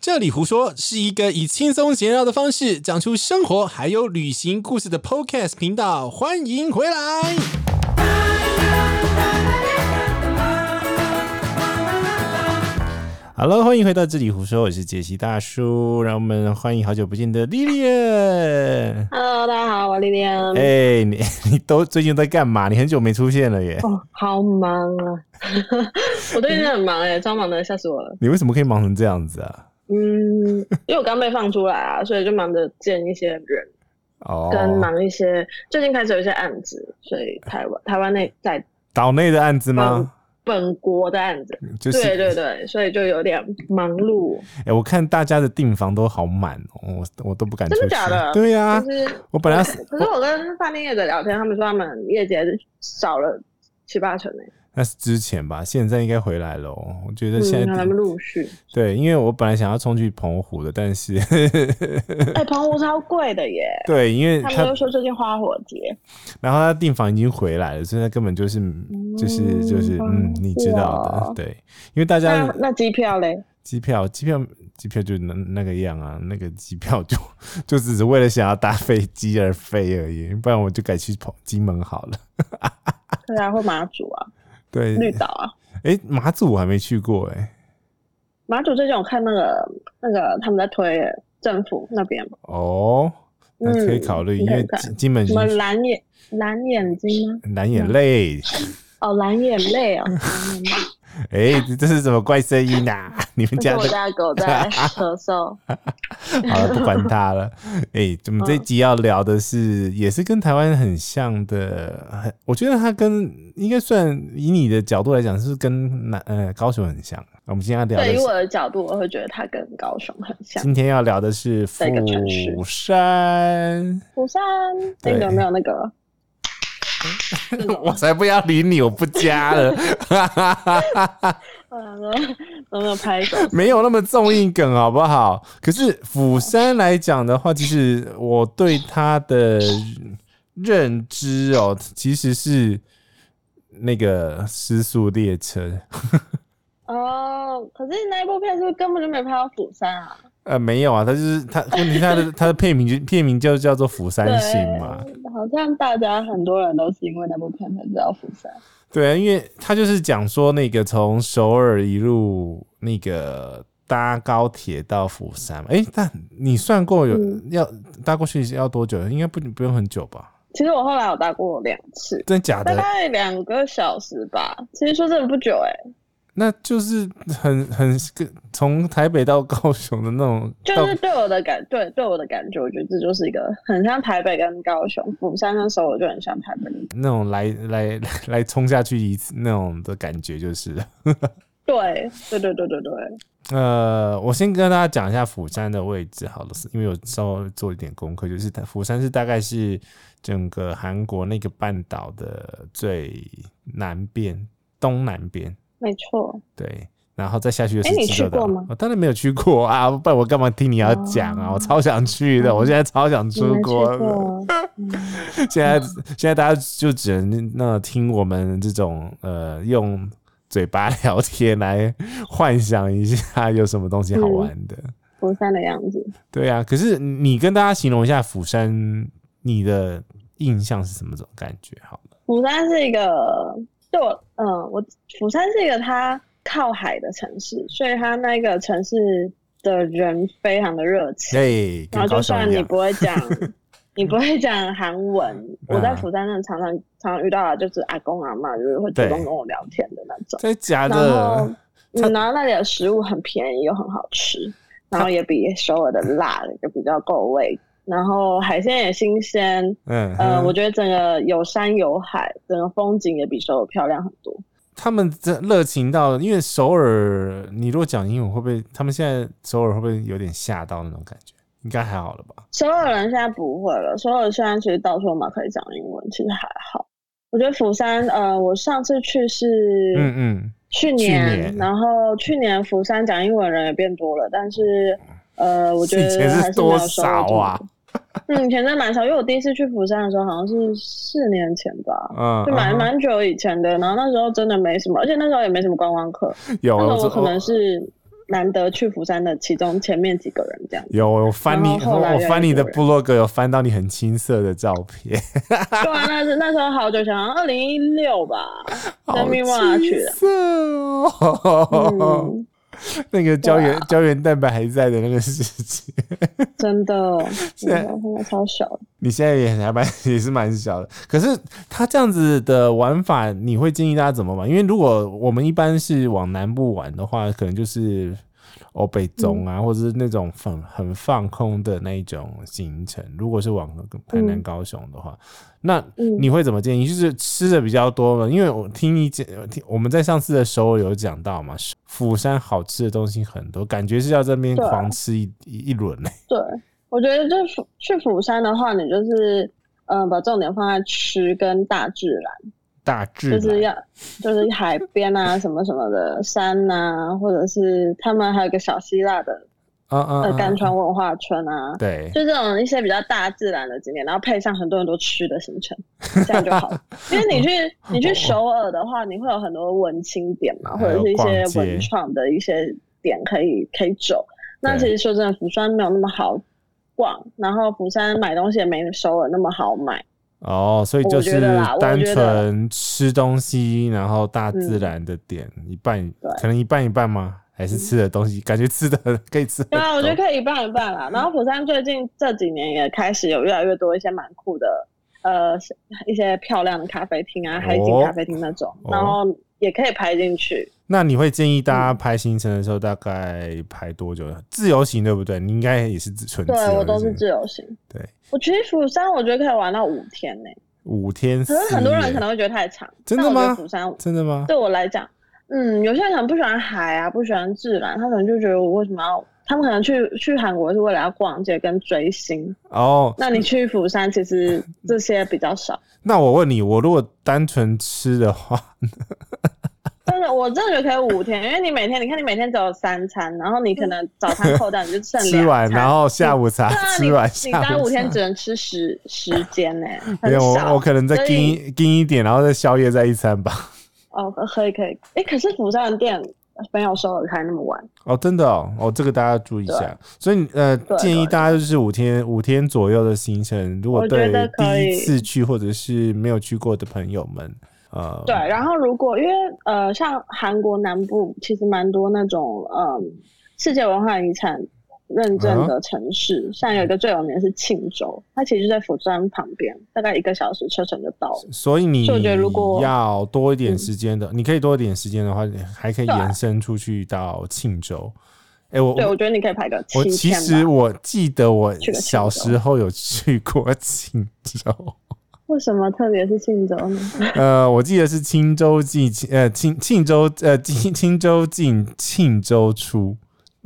这里胡说是一个以轻松闲聊的方式讲出生活还有旅行故事的 Podcast 频道，欢迎回来。 Hello，欢迎回到这里胡说，我是杰西大叔，让我们欢迎好久不见的莉莉安。 Hello，大家好，我莉莉安。哎、你你都最近都在干嘛？你很久没出现了耶，哦，好忙啊！ 我最近很忙哎、超忙的，吓死我了。你为什么可以忙成这样子啊？嗯，因为我刚被放出来啊，所以就忙着见一些人，哦，跟忙一些最近开始有一些案子，所以台湾台湾内在岛内的案子吗？本国的案子，就是嗯对对对，所以就有点忙碌。哎、我看大家的订房都好满哦，我我都不敢出真去。的假的对呀、就是我本来要可是我跟饭店业者聊天，他们说他们业绩还是少了七八成哎、那是之前吧，现在应该回来了哦。我觉得嗯，现让在、他们 陆续。对，因为我本来想要冲去澎湖的，但是 哎、澎湖超贵的耶，对，因为他他们都说最近花火节。然后他订房已经回来了，所以他根本就是就是就是嗯，你知道哇的，对，因为大家那那机票嘞？机票机票机票就那那个样啊，那个机票就就只是为了想要搭飞机而飞而已，不然我就改去澎金门好了。对啊，或马祖啊，对，绿岛啊。诶，马祖我还没去过诶。马祖最近我看那个那个他们在推耶政府那边嘛哦，那可以嗯考虑，你因看为看金金门已什么经蓝眼蓝眼睛吗？蓝眼泪，哦，蓝眼 泪哦，蓝眼泪诶，这这是什么怪声音啊？ 你们那家是我的家的 狗在咳嗽。好了，不管他了。哎、嗯我们这一集要聊的是，也是跟台湾很像的，很我觉得它跟应该算以你的角度来讲，是跟南呃高雄很像。我们今天要聊的对，以我是，的角度，我会觉得它跟高雄很像。今天要聊的是在一个城市釜山。 釜山那对个有没有那个？我才不要理你，我不加了，呃， 有没有拍手？没有那么重硬梗，好不好？可是釜山来讲的话，其实我对它的认知哦，其实是那个《失速列车》。哦，可是那一部片是不是根本就没拍到釜山啊？呃，没有啊，它就是它，问题它的它的片名就片名就叫做《釜山行》嘛，对，好像大家很多人都是因为那部片才知道釜山。对啊，因为它就是讲说那个从首尔一路那个搭高铁到釜山嘛，诶，但你算过有、嗯要搭过去要多久？应该不不用很久吧？其实我后来有搭过两次，真假大的？概两个小时吧。其实说真的不久哎、那就是很很从台北到高雄的那种，就到是对我的感对对我的感觉，我觉得这就是一个很像台北跟高雄、釜山跟首尔就很像台北。那种来来来冲下去一次那种的感觉，就是了。对对对对对对，呃，我先跟大家讲一下釜山的位置好了，是因为我稍微做一点功课，就是它釜山是大概是整个韩国那个半岛的最南边、东南边，没错。对。然后再下去就哎是你济州去过岛哦吗哦我当然没有去过啊，不然我干嘛听你要讲啊？我超想去的，我现在超想嗯你出没去国的。过？现在现在大家就只能那听我们这种呃用嘴巴聊天来幻想一下有什么东西好玩的。釜山的样子，对啊，可是你跟大家形容一下釜山，你的印象是什么种感觉？好了，釜山是一个对我嗯，我釜山是一个它靠海的城市，所以它那个城市的人非常的热情。对，然跟后哎高就雄算一你样。不会讲， 你不会讲韩 文，我在嗯釜山那常常常常遇到的就是阿公阿妈，就是会主对动跟我聊天的那种。真的假然后的？，它嗯，然后那里的食物很便宜又很好吃，然后也比首尔的辣也比较够味，然后海鲜也新鲜。嗯呃，哼我觉得整个有山有海，整个风景也比首尔漂亮很多。他们这热情到，因为首尔，你如果讲英文会不会？他们现在首尔会不会有点吓到那种感觉？应该还好了吧？首尔人现在不会了，首尔现在其实到处嘛可以讲英文，其实还好。我觉得釜山，呃，我上次去是，嗯嗯。去年年，然后去年釜山讲英文人也变多了，但是呃，我觉以前得是还是没多有收入少啊？嗯，以前真的蛮少，因为我第一次去釜山的时候好像是四年前吧，嗯，就蛮嗯蛮久以前的。然后那时候真的没什么，而且那时候也没什么观光客。有，那时候哦我我可能我。是难得去釜山的其中前面几个人这样 有我翻你，然后后来我越来翻越你的多人部落格，有翻到你很青涩的照 片，对啊，那是那时候好久前，二零一六吧，好在密青瓦去的。涩哦！嗯， 那个胶原、对胶原蛋白还在的那个时期，真的， 现在真的真的超小的。你现在也还蛮也是蛮小的，可是他这样子的玩法，你会建议大家怎么玩？因为如果我们一般是往南部玩的话，可能就是欧北中嗯啊，或者是那种很很放空的那一种行程。如果是往台南、嗯高雄的话，那嗯你会怎么建议？就是吃的比较多嘛，因为我听你讲，听我们在上次的时候有讲到嘛，釜山好吃的东西很多，感觉是要这边对啊狂吃一一一轮呢、对，我觉得就是釜去釜山的话，你就是嗯、呃把重点放在吃跟大自然。大致就是啦要就是海边啊，什么什么的山啊，或者是他们还有一个小希腊的啊啊呃啊甘川文化村啊，对。就这种一些比较大自然的景点，然后配上很多很多吃的行程，这样就 好了。因为你去哦你去首尔的话，你会有很多文青点嘛，或者是一还有些逛街文创的一些点可以可以走。那其对实说真的，釜山没有那么好逛，然后釜山买东西也没首尔那么好买。哦，所以就我觉是得啦我嗯单觉得纯吃东西，然后大自然的点、一半，可能一半一半吗？还是吃的东西，感觉吃的可以吃很多。嗯对啊，我觉得可以一半一半啦。然后釜山最近这几年也开始有越来越多一些蛮酷的，呃，一些漂亮的咖啡厅啊，海景咖啡厅那种，哦然后也可以排进去。那你会建议大家嗯排行程的时候大概排多久？自由行对不对？你应该也是自纯自对由行，我都是自由行。对，我其实釜山我觉得可以玩到五天呢、五天四可夜。是很多人可能会觉得太长，真的但我觉得吗釜山真的吗？对我来讲，嗯，有些人可能不喜欢海啊，不喜欢自然，他可能就觉得我为什么要？他们可能去去韩国是为了要逛街跟追星，哦，那你去釜山其实这些比较少。那我问你，我如果单纯吃的话，但是我真的觉得可以五天，因为你每天，你看你每天只有三餐，然后你可能早餐扣掉，你就剩两 餐。吃完然后下午茶对啊，吃完你你下待午五茶天只能吃十十间呢、没有很我少。我可能再所盯以一盯一点，然后再宵夜再一餐吧。哦，可以可以。哎、可是釜山的店没有首尔开那么晚。哦，真的哦，哦，这个大家要注意一下对。所以呃，对建议对大家就是五天五天左右的行程，如果我觉对得可第一以次去或者是没有去过的朋友们，呃，对，然后如果因为呃，像韩国南部其实蛮多那种嗯世界文化遗产认证嗯的城市，像有一个最有名的是庆州，它其实就在釜山旁边，大概一个小时车程就到了。所以你所以我觉得如果要多一点嗯时间的，你可以多一点时间的话，还可以对啊延伸出去到庆州。哎，我对，我觉得你可以排个七我天吧。其实我记得我去个庆小州时候有去过 庆州。为什么特别是信州 呢？呃，我记得是青州记，呃，青青州，呃，青青州进，庆州出。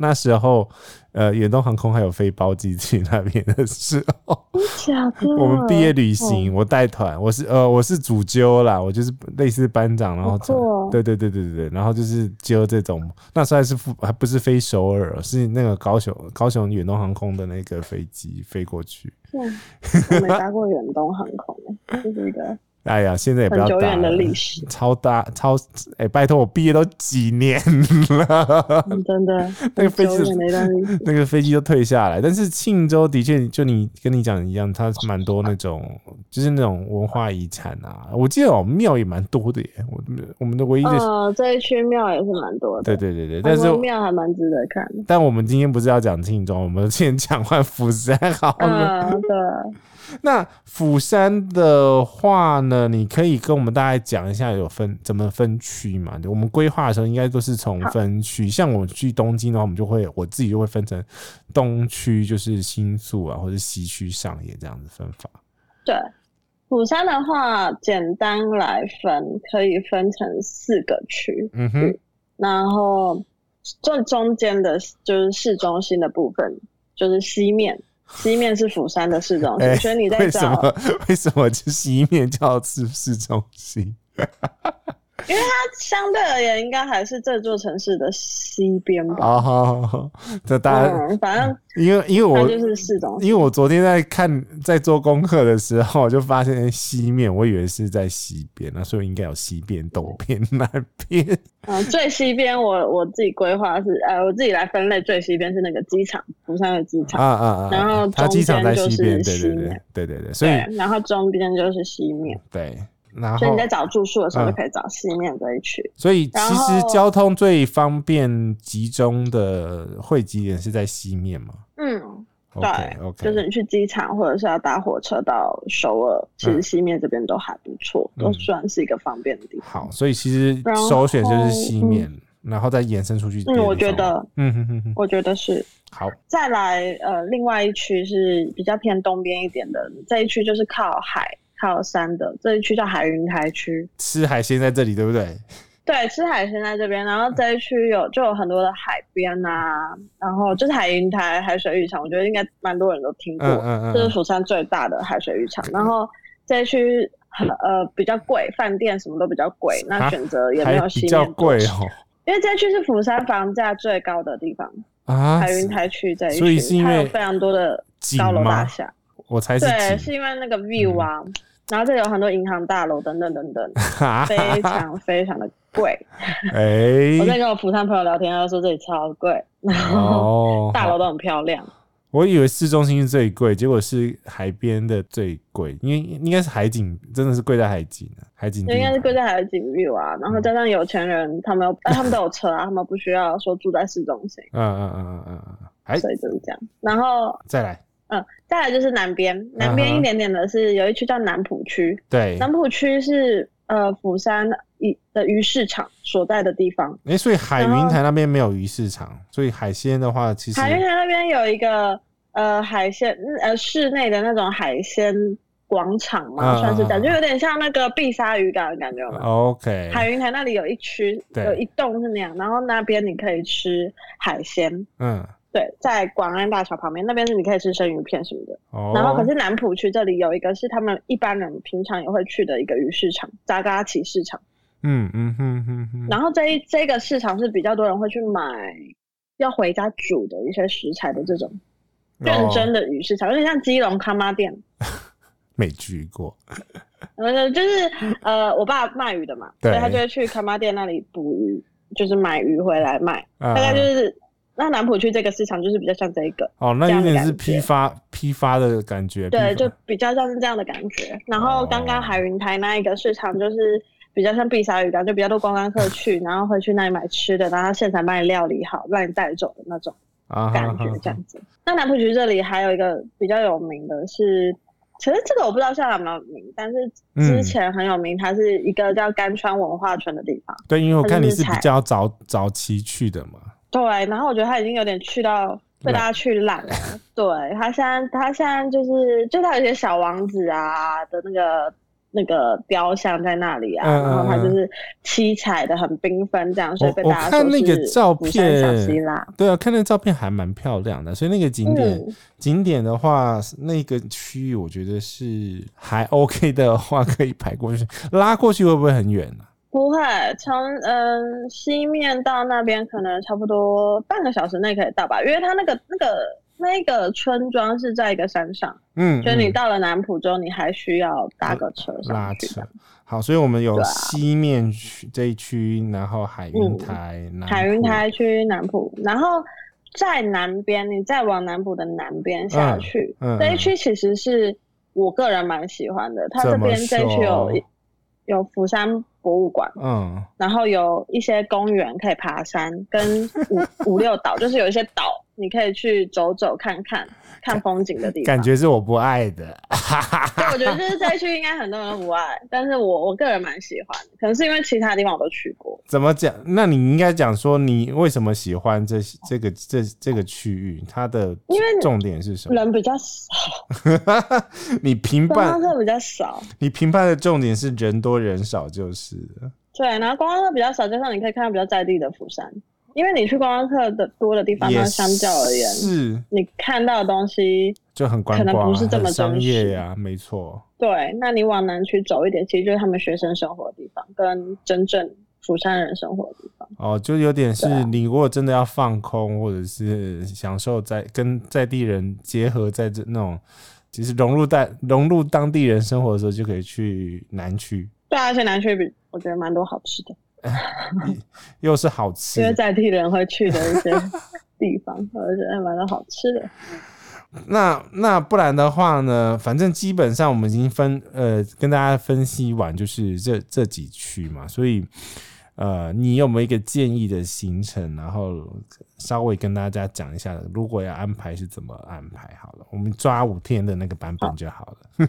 那时候，呃，远东航空还有飞包机去那边的时 候，假的？我们毕业哦旅行，我带团，我是呃，我是主揪啦，我就是类似班长，然后好酷哦对对对对对，然后就是揪这种，那时候还是不还不是飞首尔，哦是那个高雄高雄远东航空的那个飞机飞过去。嗯，我没搭过远东航空欸，这是一个哎呀，现在 也不很要久打远的了历史，超大超哎、拜托，我毕业都几年了， 嗯真的那个很飞机久远的一段历史。那个飞机都退下来。但是庆州的确，就你跟你讲的一样，它蛮多那种，就是那种文化遗产啊。我记得哦，庙也蛮多的耶。我我们的唯一的，呃，这一区庙也是蛮多对的，对对对，但韩是国庙还蛮值得看的。但我们今天不是要讲庆州，我们先讲完釜山好了。嗯，对，那釜山的话呢，你可以跟我们大概讲一下有分怎么分区嘛？我们规划的时候应该都是从分区，像我去东京的话，我们就会我自己就会分成东区就是新宿啊，或者西区上野这样子分法。对，釜山的话，简单来分可以分成四个区，嗯哼，然后最中间的就是市中心的部分，就是西面，西面是釜山的市中心，哎所以你在 为什找么为什么这西面叫市市中心？因为它相对而言应该还是这座城市的西边吧。啊，好好好，这大家，嗯，反正因为因为它我就是市中心。因为我昨天在看在做功课的时候，我就发现诶西面，我以为是在西边，那所以应该有西边、东边、南边。嗯，最西边我我自己规划是，呃，我自己来分类，最西边是那个机场，釜山的机场。啊啊啊！然后它中机场在间就西是边，对对西对面对对对，所以对，然后中间就是西面，对，然所以后你在找住宿的时候嗯就可以找西面这一区。所以其然实后交通最方便集中的汇集点是在西面嘛嗯， ？OK 对 OK，就是你去机场或者是要搭火车到首尔，其实西面这边都还不错，嗯都算是一个方便的地方。好，所以其实然首选就是后西嗯面，然后再延伸出去别的地嗯，方。我觉得，嗯哼哼哼，我觉得是。好，再来，呃，另外一区是比较偏东边一点的，这一区就是靠海、靠山的，这一区叫海云台区。吃海鲜在这里，对不对？对，吃海鲜在这边，然嗯后这一区有就有很多的海边啊，然后就是海云台海水浴场，我觉得应该蛮多人都听过，嗯嗯嗯这是釜山最大的海水浴场。然后这一区很呃比较贵，饭店什么都比较贵，啊那选择也没还有西比较面多贵少哦因为这一区是釜山房价最高的地方，啊！海云台区这一区，所以是因它为有非常多的景高楼大吗？厦。我猜是嗯对，是景因为那个 view 啊，然后这里有很多银行大楼等等等等，哈非哈哈，常非常的贵。我啊在哎，跟我釜山朋友聊天，他就说这里超贵，然后哦，大好楼都很漂亮。我以为市中心是最贵，结果是海边的最贵，因为应该是海景，真的是贵在海景啊，海景就应该是地贵方在海景 view 啊，然后加上有钱人，他们有、哎他们都有车啊，他们不需要说住在市中心，嗯嗯嗯嗯嗯嗯，哎，所以就是这样。然后，再来，嗯，再来就是南边，南边一点点的是有一区叫南浦区，对，南浦区是呃釜山一的鱼市场所在的地方，哎、所以海然云后台那边没有鱼市场，所以海鲜的话，其实海云台那边有一个呃海鲜呃室内的那种海鲜广场嘛，嗯算是这嗯样，嗯就有点像那个碧沙渔港的感觉嘛。 OK，海云台那里有一区对有一栋是那样，然后那边你可以吃海鲜，嗯，对，在广安大桥旁边那边是你可以吃生鱼片什么的。哦，然后可是南浦区这里有一个是他们一般人平常也会去的一个鱼市场——扎嘎奇市场。嗯嗯哼哼哼，然后这一这个市场是比较多人会去买要回家煮的一些食材的这种。认真哦、的鱼市场，有点像基隆康妈店。没去过，呃，就是呃，我爸卖鱼的嘛，对所以他就会去康妈店那里捕鱼，就是买鱼回来卖。大大概嗯就是那南浦区这个市场，就是比较像这一个，哦，那这有样的点是感批觉发批发的感觉，对，批就发比较像是这样的感觉。然后刚哦刚海云台那一个市场就是。比较像碧沙渔港，就比较多观光客去，然后会去那里买吃的，然后现场帮你料理好，让你带走的那种。啊感觉这样子。那南浦区这里还有一个比较有名的是，其实这个我不知道现在有没有名，但是嗯之前很有名，它是一个叫甘川文化村的地方。对，因为我它看你就是是比采较早早期去的嘛，对，然后我觉得它已经有点去到被大家去烂了。对，它现在它现在就是就它有一些小王子啊的那个。那个雕像在那里啊，嗯嗯然后它嗯就是七彩的，很缤纷，这样，所以被我我大家说看那个是照釜山小片希腊。对啊，看那照片还蛮漂亮的，所以那个景点、嗯景点的话，那个区域我觉得是还 OK 的话，可以排过去，拉过去会不会很远啊呢、不会，从嗯西面到那边可能差不多半个小时内可以到吧，因为它那个那个那个村庄是在一个山上，嗯，所以你嗯到了南浦之后，你还需要搭个车拉上去扯的。。好，所以我们有对啊西面区这一区，然后海云嗯台、南海云浦台去南浦，然后在南边，你再往南浦的南边下去，嗯嗯这一区其实是我个人蛮喜欢的。它这边怎么这一区有说有釜山博物馆，嗯，然后有一些公园可以爬山，跟五五六岛，就是有一些岛你可以去走走看看，看风景的地方。感，觉是我不爱的，对，我觉得就是这一区应该很多人都不爱，但是我我个人蛮喜欢，可能是因为其他地方我都去过。怎么讲？那你应该讲说你为什么喜欢这这个这这个区域，它的因为重点是什么？人比较少， 你评观光判客比较少，你评判的重点是人多人少就是了对，然后观光客比较少，加上你可以看到比较在地的釜山，因为你去观光客的多的地方，也那相较而言，是你看到的东西就很观可能光、不啊、是这么很商真业实呀、没错。对，那你往南区走一点，其实就是他们学生生活的地方，跟真正釜山人生活的地方。哦，就有点对啊是你如果真的要放空，或者是享受在跟在地人结合在这那种，其实融入在融入当地人生活的时候，就可以去南区，对啊，而且南区比我觉得蛮多好吃的，又是好吃因为的。在地人会去的一 些地方，我觉得还蛮多好吃的。那那不然的话呢，反正基本上我们已经分呃跟大家分析完，就是这这几区嘛，所以呃，你有没有一个建议的行程？然后稍微跟大家讲一下，如果要安排是怎么安排好了，我们抓五天的那个版本就好了。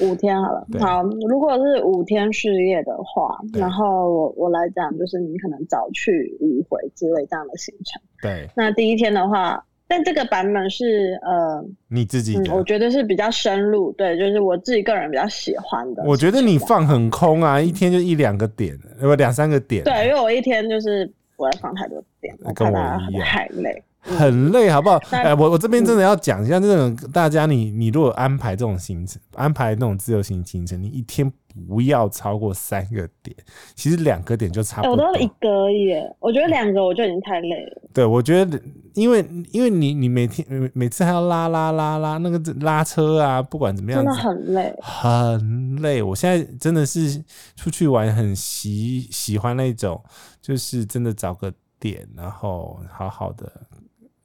五天好了对，好，如果是五天事业的话，对然后我我来讲，就是你可能早去午回之类这样的行程。对那第一天的话，但这个版本是呃，你自己嗯，的，我觉得是比较深入，对，就是我自己个人比较喜欢的。我觉得你放很空啊，一天就一两个点，呃不两三个点，对，因为我一天就是不会放太多点，我跟怕我大家一样太累。很累，好不好？那哎、我我这嗯边真的要讲一下，这种大家你你如果安排这种行程，安排那种自由行行程，你一天不要超过三个点，其实两个点就差哎、不我多。都一个耶，我觉得两个我就已经太累了。对，我觉得，因为因为你你每天每每次还要拉拉拉拉那个拉车啊，不管怎么样真子，的很累。很累。我现在真的是出去玩很喜喜欢那种，就是真的找个点，然后好好的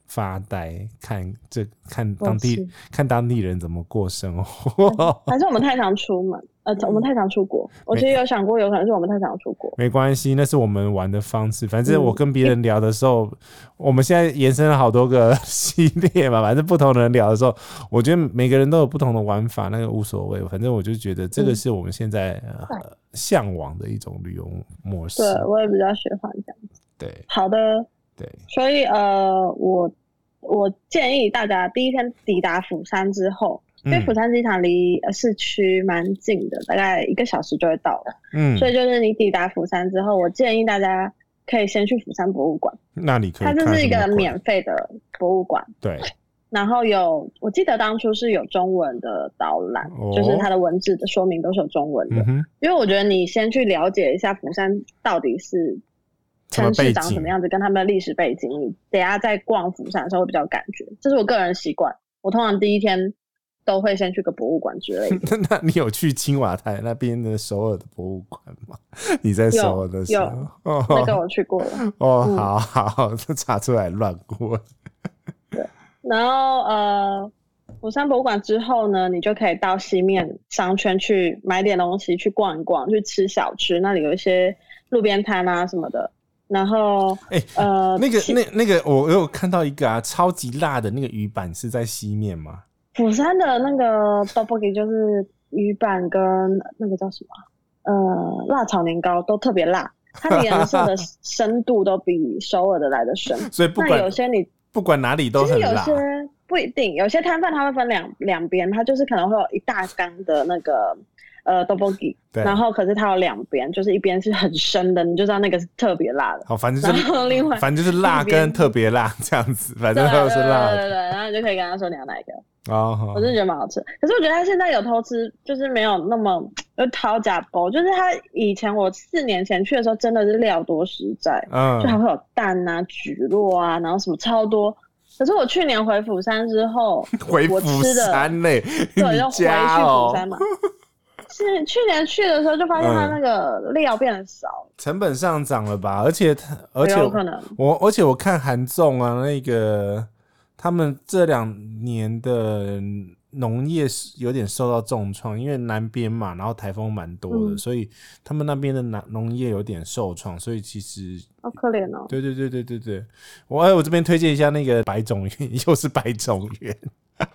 发呆，看这看当我地是嗯看当地人怎么过生 活。还是我们太常出门，呃，我们太常出国。我其实有想过，有可能是我们太常出国。没关系，那是我们玩的方式。反正嗯我跟别人聊的时候，我们现在延伸了好多个 系列嘛。反正不同的人聊的时候，我觉得每个人都有不同的玩法，那个无所谓。反正我就觉得这个嗯是我们现在、呃、向往的一种旅游模式对。，我也比较喜欢这样。对好的，对，所以呃，我我建议大家第一天抵达釜山之后，因为嗯釜山机场离呃市区蛮近的，大概一个小时就会到了。嗯所，以就是你抵达釜山之后，我建议大家可以先去釜山博物馆，那你可以它看这是什一个么鬼免费的博物馆。对然后有，我记得当初是有中文的导览，哦就是它的文字的说明都是有中文的。嗯哼 因为我觉得你先去了解一下釜山到底是城市长什么样子，跟他们的历史背景，你等一下在逛釜山的时候会比较有感觉。这是我个人习惯，我通常第一天都会先去个博物馆之类的。那那你有去青瓦台那边的首尔的博物馆吗？你在首尔的时候有，哦那个我去过了，哦，嗯好好， 这查出来乱过。然后呃，釜山博物馆之后呢，你就可以到西面商圈去买点东西，去逛一逛，去吃小吃，那里有一些路边摊啊什么的。然后哎、呃，那个西那那个，我有看到一个啊，超级辣的那个鱼板是在西面吗？釜山的那个 tteokbokki 就是鱼板跟那个叫什么啊，呃，辣炒年糕都特别辣，它的颜色的深度都比首尔的来的深。 所以不那管有些你不管哪里都其实很有辣。些不一定，有些摊贩它会分两两边，它就是可能会有一大缸的那个呃 tteokbokki，对然后可是它有两边，就是一边是很深的，你就知道那个是特别辣的。好，反正然就是后另外反正就是辣另一边跟特别辣这样子，反对正对都对是辣对的对，然后你就可以跟他说你要哪一个。哦。我真的觉得蛮好吃。可是我觉得他现在有偷吃，就是没有那么有讨假包，就是他以前我四年前去的时候，真的是料多实在，就还嗯，，会有蛋啊、蒟蒻啊，然后什么超多。可是我去年回釜山之后 回我釜吃的山嘞，对，我 你就回去家釜哦，山嘛。是去年去的时候就发现它嗯那个料变少，成本上涨了吧？而且它而且有可能我而且我看韩综啊，那个他们这两年的农业是有点受到重创，因为南边嘛，然后台风蛮多的，嗯所以他们那边的南农业有点受创，所以其实。好可怜哦。对对对对对对，我哎，我这边推荐一下那个白种园，又是白种园，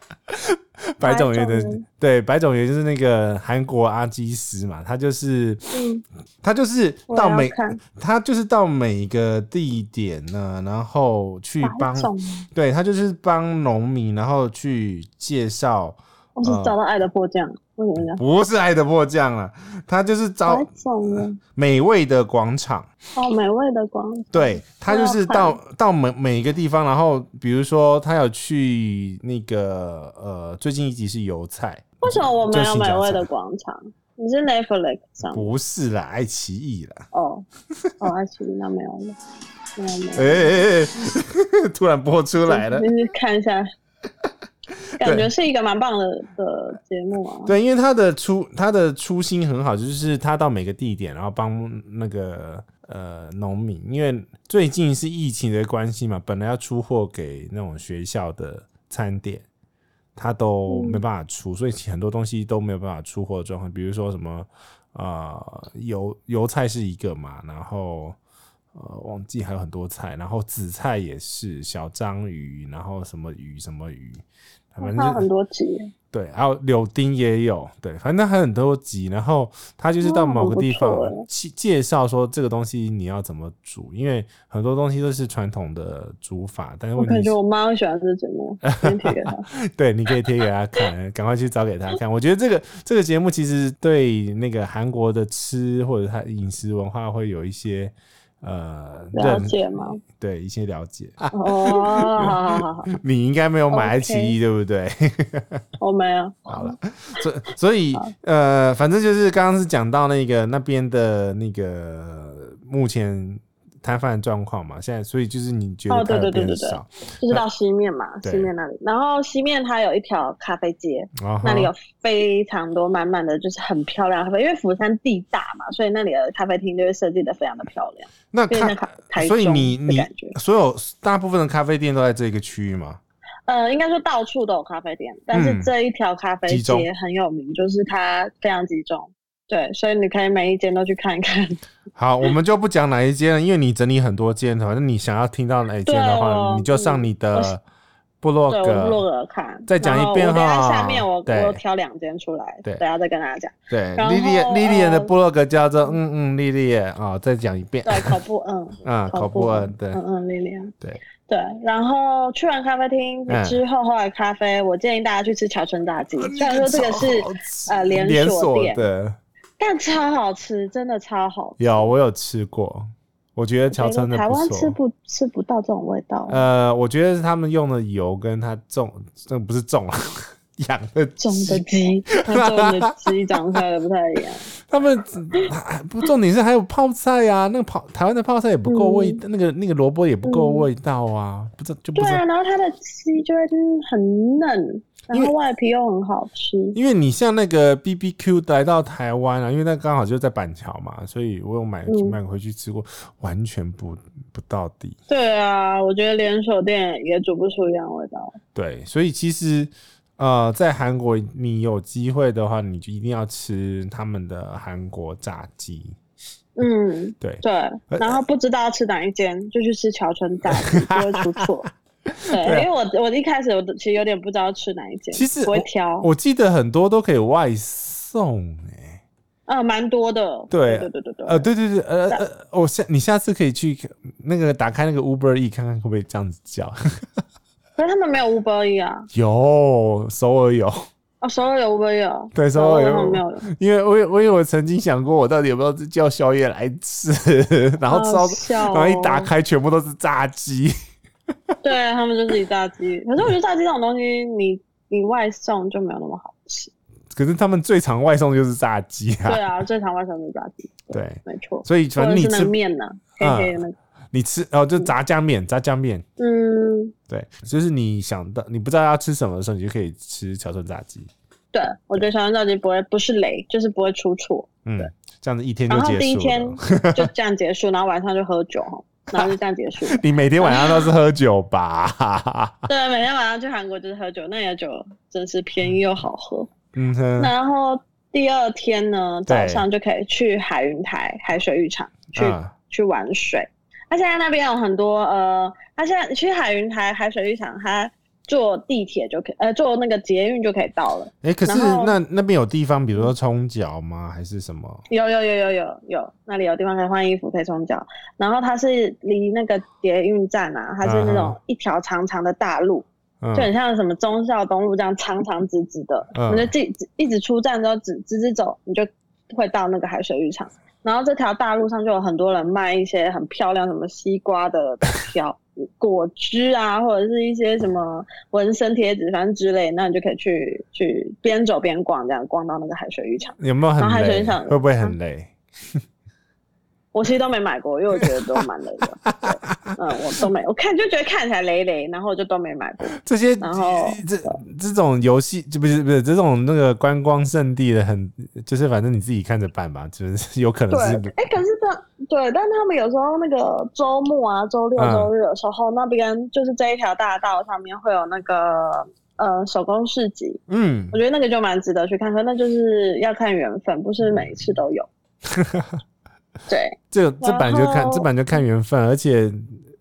白种园白的种园对白种园就是那个韩国阿基斯嘛，他就是嗯，他就是我到要每看他就是到每个地点呢，然后去白帮种对他就是帮农民，然后去介绍我是找到爱的迫降，为什么讲？不是爱的迫降啊，它就是好找爽啊！美味的广场。哦，美味的光，对他就那是要看到到每每一个地方，然后比如说他有去那个呃，最近一集是油菜，为什么我没就是有新疆美味菜的广场？你是 Netflix 上不是啦，爱奇艺啦，哦 哦，爱奇艺那没有了，没有没有哎、哎哎哎突然播出来了你。你看 一下，感觉是一个蛮棒的的节目啊。对，因为他的初他的初心很好，就是他到每个地点，然后帮那个呃农民，因为最近是疫情的关系嘛，本来要出货给那种学校的餐点，他都没办法出，所以很多东西都没有办法出货的状况，比如说什么呃油油菜是一个嘛，然后。呃，忘记还有很多菜，然后紫菜也是小章鱼，然后什么鱼什么鱼，反正它有就很多集，对，还有柳丁也有，对，反正还有很多集。然后他就是到哦某个地方很不错介介绍说这个东西你要怎么煮，因为很多东西都是传统的煮法，但是我问题感觉是，我妈会喜欢这个节目，先 贴给她。对，你可以贴给他看，赶快去找给他看。我觉得这个这个节目其实对那个韩国的吃或者他饮食文化会有一些呃了认 解吗？对，一些了解。啊哦，好好好好，你应该没有买爱奇艺，对不对？我没有。 好了，所所以呃，反正就是刚刚是讲到那个那边的那个目前摊贩的状况嘛，现在所以就是你觉得哦对它有对对变对对少，就是到西面嘛，对西面那里，然后西面它有一条咖啡街，然后那里有非常多满满的，就是很漂亮的咖啡，因为釜山地大嘛，所以那里的咖啡厅就会设计的非常的漂亮，那变成看台 台所以你中的你感觉。所有大部分的咖啡店都在这个区域嘛？呃，应该说到处都有咖啡店，但是嗯这一条咖啡集中街很有名，就是它非常集中。对，所以你可以每一间都去看一看。好，我们就不讲哪一间了，因为你整理很多间，反正你想要听到哪一间的对话，我你就上你的部落 对，我落格。了看。啊再讲一然后遍我等一下哈下面我对我挑两间出来，对等一下再跟大家讲。对，然后莉莉莉莉的呃部落格叫做嗯嗯莉莉啊，再讲一遍对， 口部嗯，啊，口部恩对嗯嗯，莉莉安。对对，然后去完咖啡厅嗯啊之后，喝完咖啡，我建议大家去吃乔村炸鸡。嗯虽然说这个是，呃连锁连锁店的，但超好吃，真的超好吃。有我有吃过，我觉得我乔觉得真的台湾不吃错。不吃不到这种味道，呃，我觉得是他们用的油跟它种，这不是种啊 养的种的鸡和种的鸡长出来的不太一样。他们还不重点是还有泡菜啊，那个泡台湾的泡菜也不够嗯味，那个那个萝卜也不够味道啊，不知 就不对知啊，然后它的鸡就会很嫩，因然为后外皮又很好吃。因为你像那个 B B Q 来到台湾啊，因为那刚好就在板桥嘛，所以我有买嗯买回去吃过，完全不不到底。对啊，我觉得连锁店也煮不出一样味道。对，所以其实呃，在韩国你有机会的话，你就一定要吃他们的韩国炸鸡。嗯，对，对。哎然后不知道要吃哪一间，就去吃乔村大吉，不会出 错。对，对啊因为我我一开始我其实有点不知道吃哪一间，其实不会挑，我记得很多都可以外送哎、嗯，蛮多的。对对对对对。呃，对对对，呃呃，我下你下次可以去那个打开那个 Uber E 看看会不会这样子叫， 可是他们没有 Uber E 啊，有首尔有，哦，首尔有 Uber E 哦。对首尔他有，们没有。因为我有我有曾经想过，我到底有没有叫宵夜来吃， 然后烧，好笑然后一打哦开全部都是炸鸡。 对他们就是以炸鸡，可是我觉得炸鸡这种东西，你你外送就没有那么好吃。可是他们最常外送就是炸鸡啊，对啊，最常外送就是炸鸡。对，没错。所以反或正者你嗯是那吃个面呢，黑黑的那个。你吃哦，就炸酱面，炸酱面，嗯，对，就是你想到你不知道要吃什么的时候，你就可以吃桥村炸鸡，对，我觉得小肠炸鸡不会不是雷，就是不会出错。嗯，这样子一天就然后结第一束天了。就这样结束，然后晚上就喝酒，然后就这样结 束。 你每天晚上都是喝酒吧？ 对，每天晚上去韩国就是喝酒，那里的酒真是便宜又好喝。嗯哼，然后第二天呢，对早上就可以去海云台海水浴场去、啊去玩水。它现在那边有很多呃，它现在去海云台海水浴场，它坐地铁就可以，呃，坐那个捷运就可以到了。哎、可是然后那那边有地方，比如说冲脚吗？还是什么？有有有有有有，那里有地方可以换衣服，可以冲脚。然后它是离那个捷运站啊，它是那嗯种一条长长的大路，嗯就很像什么忠孝东路这样长长直直的，嗯你就自己一直出站之后直直直走，你就会到那个海水浴场。然后这条大路上就有很多人卖一些很漂亮什么西瓜的条 果汁啊，或者是一些什么纹身贴纸，反正之类，那你就可以去去边走边逛，这样逛到那个海水浴场。有没有然后很还累很想？嗯会不会很累？我其实都没买过，因为我觉得都蛮累的。 对嗯，我都没，我看就觉得看起来累累，然后我就都没买过。这些然后这这种游戏就不是不是这种那个观光圣地的很，就是反正你自己看着办吧，就是有可能对，是哎、可是这对，但他们有时候那个周末啊，周六、嗯周日的时候，那边就是这一条大道上面会有那个呃手工市集，嗯我觉得那个就蛮值得去看看，那就是要看缘分，不是每一次都有。对，这个这版就看然后嗯这版就看缘分，而且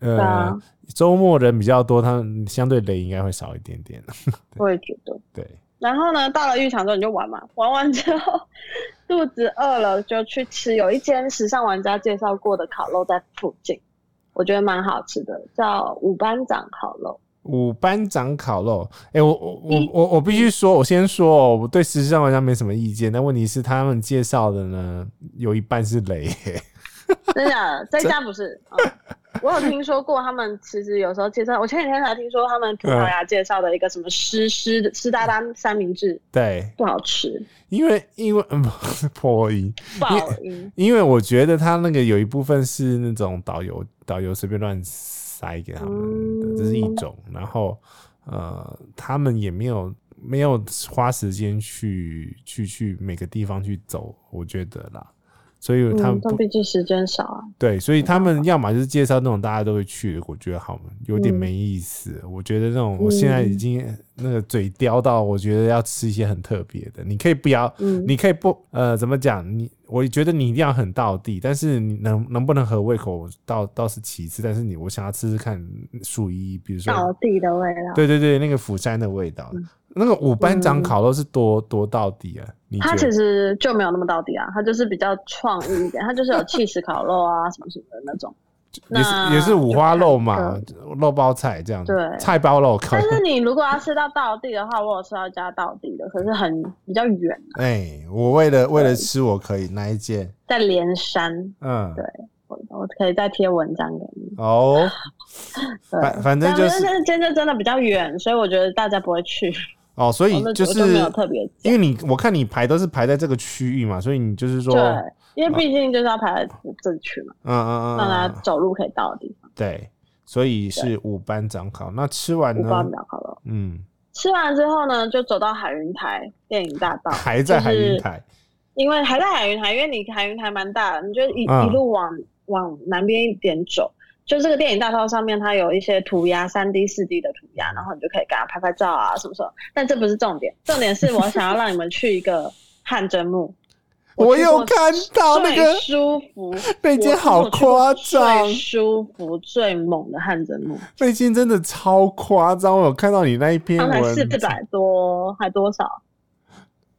呃、对啊周末人比较多，他们相对雷应该会少一点点。我也觉得。对，然后呢，到了浴场之后你就玩嘛，玩完之后肚子饿了就去吃，有一间时尚玩家介绍过的烤肉在附近，我觉得蛮好吃的，叫五班长烤肉。五班长烤肉，哎、我我我我我必须说，我先说哦，我对时尚玩家没什么意见，但问题是他们介绍的呢，有一半是雷、 真的假的，这家不是。嗯我有听说过，他们其实有时候介绍，我前几天才听说他们葡萄牙介绍的一个什么湿湿的湿哒哒三明治对，不好吃，因为因为、嗯、 破音，爆音。因为我觉得他那个有一部分是那种导游导游随便乱塞给他们的，嗯这是一种。然后呃，他们也没有没有花时间去去去每个地方去走，我觉得啦。所以他们嗯，不、但毕竟时间少啊。对，所以他们要么就是介绍那种大家都会去的，我觉得好有点嗯没意思。我觉得那种我现在已经那个嘴刁到，我觉得要吃一些很特别的。你可以不要，嗯你可以不呃怎么讲？你我觉得你一定要很到地，但是你能能不能合胃口倒倒是其次。但是你我想要吃吃看属于比如说倒地的味道。对对对那个釜山的味道，嗯那个五班长烤肉是多多到底啊？你觉它其得？实就没有那么到底啊，它就是比较创意一点，它就是有气势烤 肉啊什么什么的那种。也那是也是五花肉嘛嗯，肉包菜这样子，对菜包肉烤但。是你如果要吃到道地的话，我有吃到一家道地的，可是很比较远，哎、我为了为了吃我可以那一件，在连山，嗯，对我我可以再贴文章给你。哦， 对反反正就是但是真的真的比较远，所以我觉得大家不会去，哦，所我以们就我是没有特别因为你我看你排都是排在这个区域嘛，所以你就是说，对嗯，因为毕竟就是要排在这区嘛，嗯嗯让大嗯家嗯，走路可以到的地方，对，所以是五班长考。那吃完五呢？包秒烤肉。嗯，吃完之后呢，就走到海云台电影大道，还在海就云是台，因为还在海云台，因为你海云台蛮大的，你就一、嗯一路往往南边一点走，就这个电影大道上面它有一些涂鸦，三 D、四 D 的涂鸦，然后你就可以给它拍拍照啊什么什么。但这不是重点，重点是我想要让你们去一个汗蒸木。我去有过看到那个最舒 服，那间好夸张我去过最舒服、最猛的汗蒸木，最近真的超夸张，我有看到你那一篇刚才文，四百多还多少，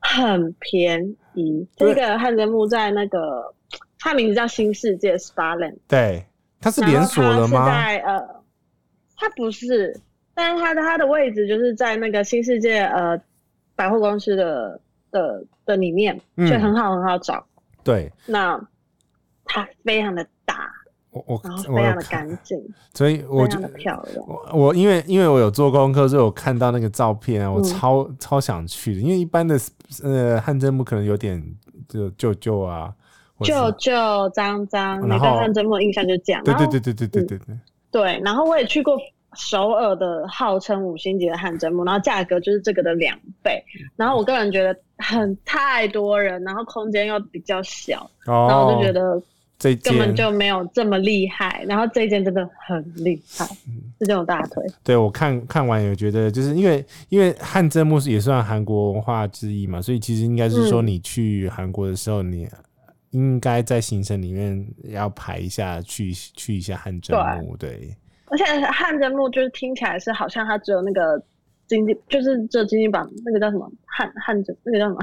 很便宜。这个汗蒸木在那个，它名字叫新世界 SPA Land。对，它是然后连锁的吗？它是在呃，它不是，但是它的它的位置就是在那个新世界呃百货公司的的的里面，嗯所以很好很好找。对，那它非常的大，我我然后我非有常的看，干净，所以我非就常的漂亮。我我因为因为我有做功课，所以我看到那个照片啊，我嗯超、超想去的。因为一般的呃汗蒸木可能有点就舅舅啊，或者旧是旧脏脏，然你后对汉蒸木印象就这样。对然后嗯对对对对对对对，对，然后我也去过首尔的号称五星级的汗蒸木，然后价格就是这个的两倍。嗯然后我个人觉得很太多人，然后空间又比较小，哦，然后我就觉得这根本件就没有这么厉害。然后这一件真的很厉害，嗯这件我大腿。对我看看完也觉得，就是因为因为汗蒸木是也算韩国文化之一嘛，所以其实应该是说嗯你去韩国的时候，你应该在行程里面要排一下去去一下汗蒸木，对而且汗蒸木就是听起来是好像它只有那个经济，就是只有经济版那个叫什么汗汗蒸那个叫什么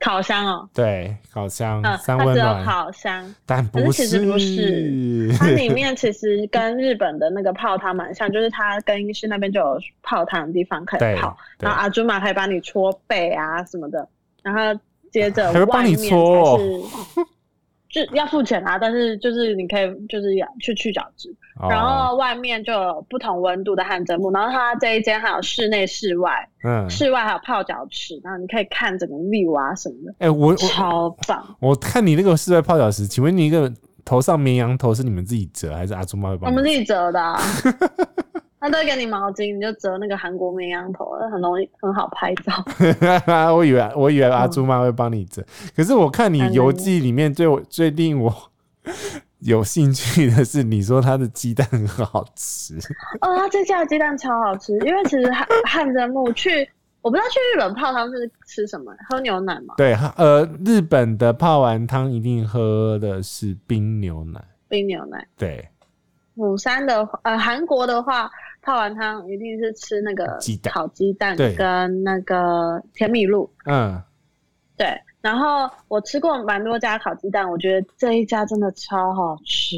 烤箱哦，对，烤箱、嗯，三它温只有暖，烤箱，但可不是其实不是它 里面其实跟日本的那个泡汤蛮像，就是它更衣室那边就有泡汤的地方可对以泡，对然后阿朱玛可以帮你搓背啊什么的，然后接着还会帮你搓哦外面才是， 就要付钱啊，但是就是你可以就是要去去角质，哦然后外面就有不同温度的汗蒸幕，然后它这一间还有室内、室外，嗯，室外还有泡脚池，然后你可以看整个 view 啊什么的，哎、我我超棒。我看你那个室外泡脚时，请问你一个头上绵羊头是你们自己折，还是阿朱妈会我帮你们折？自己折 的、啊，他都会给你毛巾，你就折那个韩国绵羊头，那很容易很好拍照。 我以为我以为哦阿朱妈会帮你折，可是我看你哎游记里面最我最令我 有兴趣的是，你说它的鸡蛋很好吃， 哦，他这家的鸡蛋超好吃，因为其实汉汉蒸木去，我不知道去日本泡汤是吃什么，喝牛奶嘛，对，呃，日本的泡完汤一定喝的是冰牛奶，冰牛奶。对，釜山的话呃，韩国的话，泡完汤一定是吃那个鸡蛋烤鸡蛋对跟那个甜米露。哦嗯，对，然后我吃过蛮多家烤鸡蛋，我觉得这一家真的超好吃，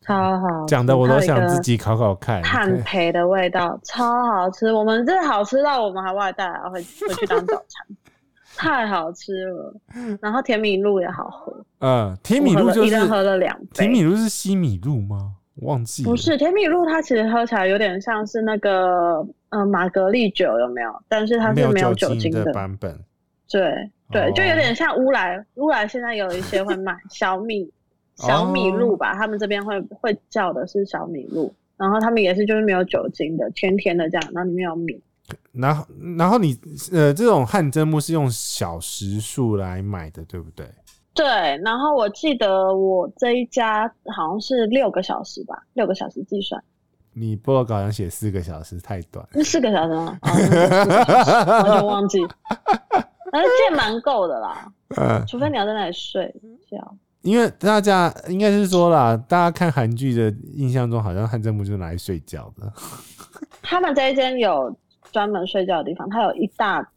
超好吃，讲的我都想自己己烤烤看，炭焙的味道超好吃，我们真的好吃到我们还外带啊，回回去当早餐， 太好吃了。然后甜米露也好喝，嗯，甜米我露喝了就一是人喝了两杯，甜米露是西米露吗？忘记了不是甜米露，它其实喝起来有点像是那个呃玛格丽酒，有没有？但是它是没有酒精的版本，对对，就哦有点像乌来，乌来现在有一些会卖小米小米露吧，他们这边会会叫的是小米露，然后他们也是就是没有酒精的，甜甜的这样，然后里面有米。然后，然后你呃，这种汗蒸木是用小时数来买的，对不对？对，然后我记得我这一家好像是六个小时吧，六个小时计算，你 blog 好像写四个小时太短，是四个小时吗？哦，那就四个小时完全忘 记。但是这蛮够的啦，嗯，除非你要在那里睡觉。因为大家应该是说啦，大家看韩剧的印象中，好像汗蒸木就是拿来睡觉 的，他们这一间有专门睡觉的地方，它有一大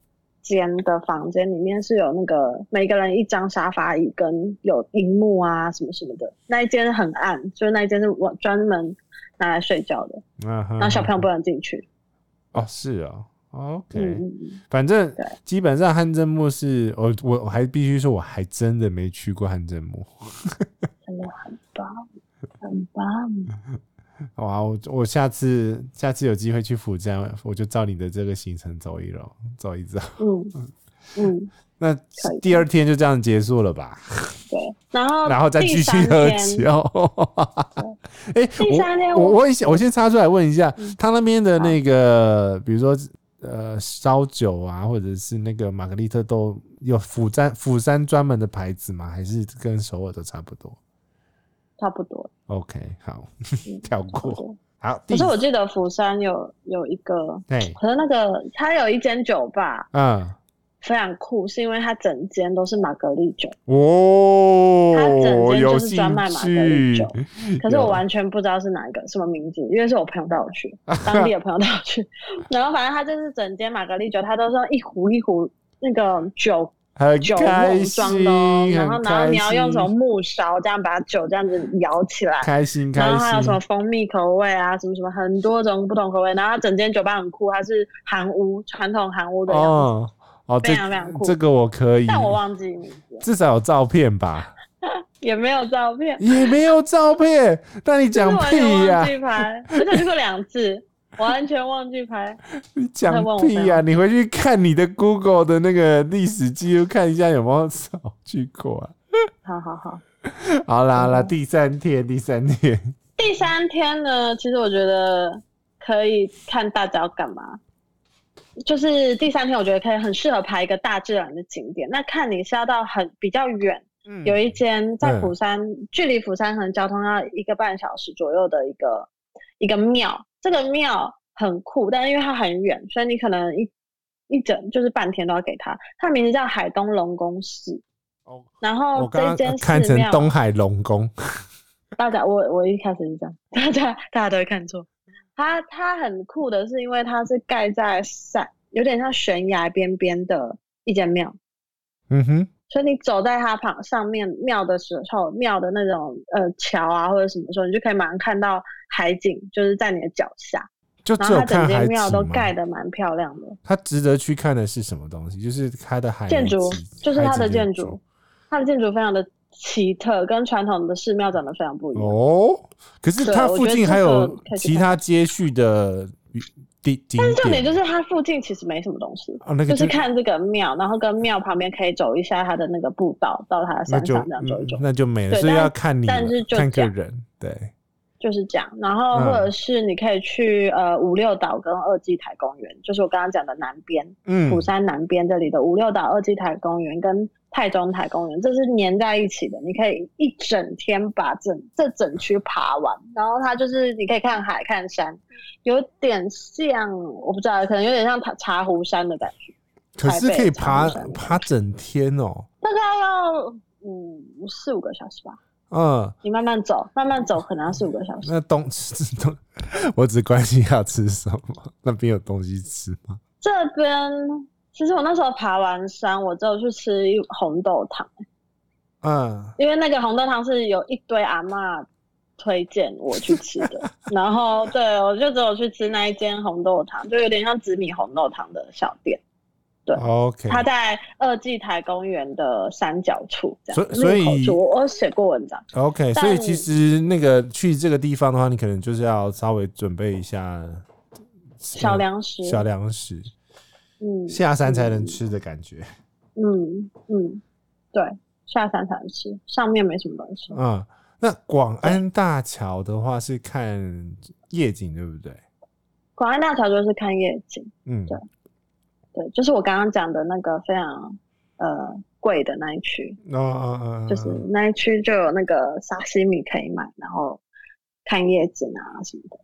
间的房间，里面是有那个每个人一张沙发椅跟有荧幕啊什么什么的。那一间很暗，就是那一间是我专门拿来睡觉的，嗯哼，然后小朋友不能进去。 哦，是哦，OK，、嗯嗯嗯，反正对基本上汗蒸木是我我我还必须说，我还真的没去过汗蒸木。真的很棒，很棒。哇，啊我我下次下次有机会去釜山，我就照你的这个行程走一走，走一走。嗯嗯，那以第二天就这样结束了吧？对。然后然后再继第续三喝天酒。哎、第三天我我嗯我我先我先插出来问一下，他那边的那个，比如说呃烧酒啊，或者是那个玛格丽特豆，有釜山釜山专门的牌子吗？还是跟首尔都差不多差不多。 ？OK，好， 嗯跳差不过。多好，可哦第是我记得釜山有有一个，对，可是那个它有一间酒吧，嗯，非常酷，是因为它整间都是玛格丽酒，它整哦，间有就是兴专卖玛格丽趣酒。可是我嗯有啊完全不知道是哪一个什么名字，因为是我朋友带我 去，当地的朋友带我去。然后反正它就是整间玛格丽酒，它都是用一壶一壶那个酒很酒开瓮装心，的哦，然后很然后你开要用什么心木勺这样把酒这样子摇起来，开心开然心，后还有什么蜂蜜口味啊，什么什么很多种不同口味。然后它整间酒吧很酷，它是韩屋传统韩屋的样子，哦哦，这非常非常酷这个我可以，但我忘记名字了，至少有照片吧？也没有照片。也没有照片，那你就是讲完屁全 呀、忘记拍，而且去过两次，完全忘记拍。你讲问我屁朋呀、友你回去看你的 Google 的那个历史记录，看一下有没有少去过啊？好好好，好啦好嗯啦，第三天，第三天，第三天呢，其实我觉得可以看大家要干嘛。就是第三天，我觉得可以很适合排一个大自然的景点。那看你是要到很比较远，嗯有一间在嗯釜山，距离釜山可能交通要一个半小时左右的一个一个庙。这个庙很酷，但是因为它很远，所以你可能一一整就是半天都要给它。它名字叫海东龙宫寺，哦然我后这刚一间刚看寺成庙，东海龙宫，大家我我一开始是这样，大家大家都会看错。它它很酷的是，因为它是盖在山，有点像悬崖边边的一间庙，嗯哼，所以你走在它旁上面庙的时候，庙的那种呃桥啊或者什么时候，你就可以马上看到海景，就是在你的脚下。就然只后有它整看海间景庙都吗盖的蛮漂亮的，它值得去看的是什么东西？就是它的海建洋筑景就是海它景的建建筑，它的建筑非常的奇特，跟传统的寺庙长得非常不一样。哦。可是对它我附觉得近这还个有可以去其看他接续的地景点，重点就是它附近其实没什么东西，啊，那个就是看这个庙，然后跟庙旁边可以走一下它的那个步道，到它的那山就上这样走一走嗯，那就没了，对所以但要看你但了是就看这个样人，对，就是这样。然后或者是你可以去、呃五六岛跟二季台公园，就是我刚刚讲的南边，嗯，釜山南边这里的五六岛二季台公园跟太中台公园，这是粘在一起的。你可以一整天把整这整区爬完，然后它就是你可以看海看山，有点像我不知道，可能有点像茶茶壶山的感觉，可台是北可以长爬山爬整天哦，大概要嗯四五个小时吧。嗯，你慢慢走，慢慢走可能要四五个小时。那东吃东， 我只关心要吃什么， 那边有东西吃吗？这边其实我那时候爬完山，我只有去吃一红豆汤。嗯，因为那个红豆汤是有一堆阿嬷推荐我去吃 的，然后对我就只有去吃那一间红豆汤，就有点像紫米红豆汤的小店，对 OK，它在二季台公园的山脚处，这样所以嗯入口所以处。我我写过文章， OK，所以其但实那个去这个地方的话，你可能就是要稍微准备一下小粮食，小粮食，嗯，下山才能嗯吃的感觉。嗯嗯，对，下山才能吃，上面没什么东西。嗯，那广安大桥的话是看夜景，对不对？广安大桥就是看夜景，嗯，对对，就是我刚刚讲的那个非常呃贵的那一区，哦哦哦，就是那一区就有那个沙西米可以买，然后看夜景啊什么的。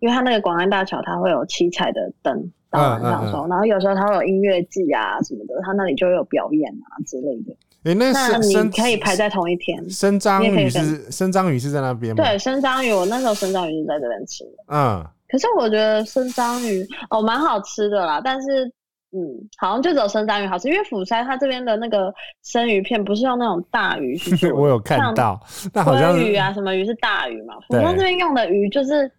因为它那个广安大桥，它会有七彩的灯，到晚上嗯的时候，然后有时候它会有音乐季啊什么的，它那里就会有表演啊之类的。哎，那那深你深可以排在同一天。深章你也可以鱼跟是深章鱼是在那边吗？对，，生章鱼，我那时候生章鱼是在这边吃的， 嗯，可是我觉得生章鱼哦蛮好吃的啦，但是嗯，好像就只有生章鱼好吃，因为釜山它这边的那个生鱼片不是用那种大鱼去做的， 我有看像到，那好像鲑鱼啊，什么鱼是大鱼嘛？釜对山这边用的鱼就是，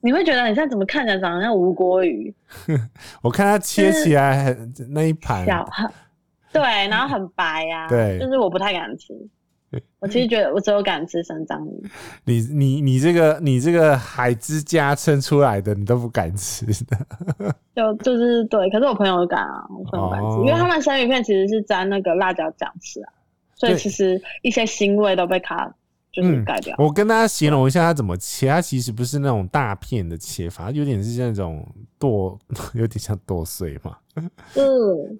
你会觉得你像怎么看起来长得像吴锅鱼，我看它切就是起来很那一盘，小很对，然后很白呀、对就是我不太敢吃。我其实觉得我只有敢吃生章鱼，你你你这个你这个海之家撑出来的，你都不敢吃的。就就是对，可是我朋友敢啊，我朋友敢吃，因为哦他们生鱼片其实是沾那个辣椒酱吃啊，所以对嗯其实一些腥味都被它就是盖掉。我跟大家形容一下它怎么切，它其实不是那种大片的切法，它有点是像那种剁， 有点像剁碎嘛，嗯，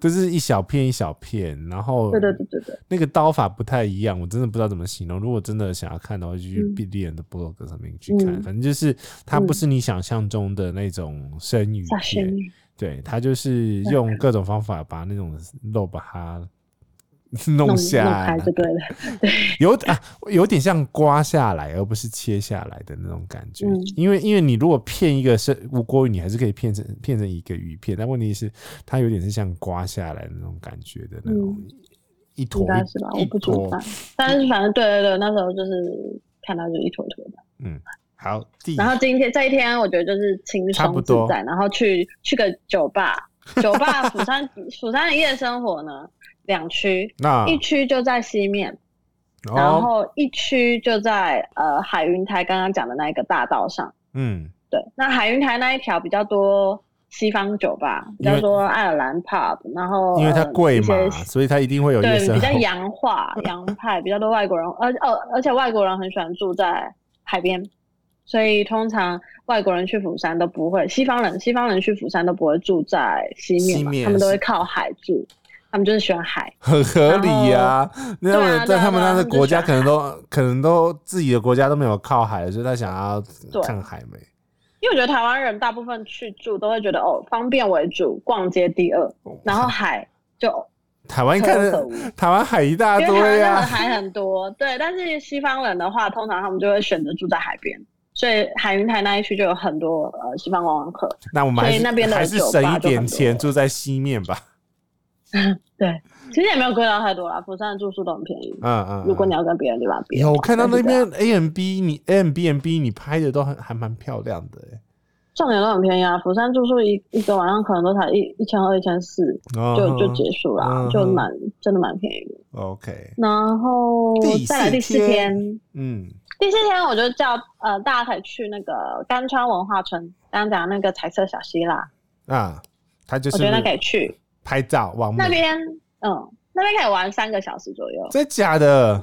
就是一小片一小片，然后对对对对对，那个刀法不太一样，我真的不知道怎么形容。如果真的想要看的话，就去嗯必利人的 blog 上面去看，嗯反正就是它不嗯是你想象中的那种生鱼沙片。生鱼，对他就是用各种方法把那种肉把它 弄弄下弄来开，就对了。对，有啊有点像刮下来，而不是切下来的那种感觉。嗯因为因为你如果片一个是无锅鱼，你还是可以片成片成一个鱼片，但问题是它有点是像刮下来的那种感觉的那种、一坨嗯应该是吧，一我不煮坨饭，但是反正对对对，那时候就是看到就一坨一坨的。好，第然后今天这一天，我觉得就是轻差不松自多在，然后去去个酒吧，酒吧 釜山釜山的夜生活呢，两区，那一区就在西面，然哦后一区就在呃海云台刚刚讲的那一个大道上。嗯对，那海云台那一条比较多西方酒吧，比因较为多爱尔兰 pub，然后因为它呃贵一嘛些，所以它一定会有夜对，生比较活 洋化、洋派，比较多外国人，而哦，而且外国人很喜欢住在海边，所以通常外国人去釜山都不会，西方人西方人去釜山都不会住在西面嘛，西面他们都是会靠海住，他们就是喜欢海。很合理呀、那他对们啊在对啊他们那对个啊国家就可能都可能都自己的国家都没有靠海，所以他想要对看海美。因为我觉得台湾人大部分去住都会觉得哦，方便为主，逛街第二，然后海就台湾哎看可有得可无。台湾海一大因为台湾堆啊呀、真的海很多，对，但是西方人的话，通常他们就会选择住在海边，所以海云台那一区就有很多呃西方观光客。 那我们还所以是那边的还是酒吧省一就点很多钱，住在西面吧。对，其实也没有贵到太多啦，釜山的住宿都很便宜。嗯嗯，如果嗯你要跟别人地方比，有我看到但是那对啊边 A M B，你 A M B M B 你拍的都很还蛮漂亮的欸、重点都很便宜啊，釜山住宿一一个晚上可能都才一一千二、一千四，就就结束啦，嗯就蛮真的蛮便宜的。 OK，然后第再来四第四天天，嗯第四天我就叫呃大家可以去那个甘川文化村，刚刚讲那个彩色小希腊，啊，他就我觉得那可以是嗯去拍照完那美，边，嗯，那边可以玩三个小时左右，真的假的？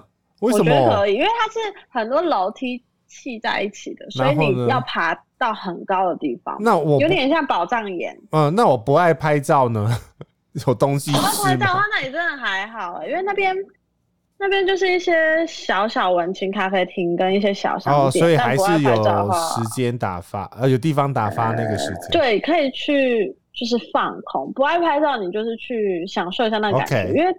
为我什觉得可么？以，因为它是很多楼梯砌在一起的，所以然后呢你要爬到很高的地方，那我不有点像宝藏岩。嗯，那我不爱拍照呢， 有东西我要拍吃照的吗？，话那里真的还好、欸，因为那边那边就是一些小小文青咖啡厅跟一些小商哦，店，所以但还不爱是拍照的有话时，间打发，呃，有地方打发那个时间。啊对，可以去就是放空，不爱拍照你就是去享受一下那个感觉 OK 因为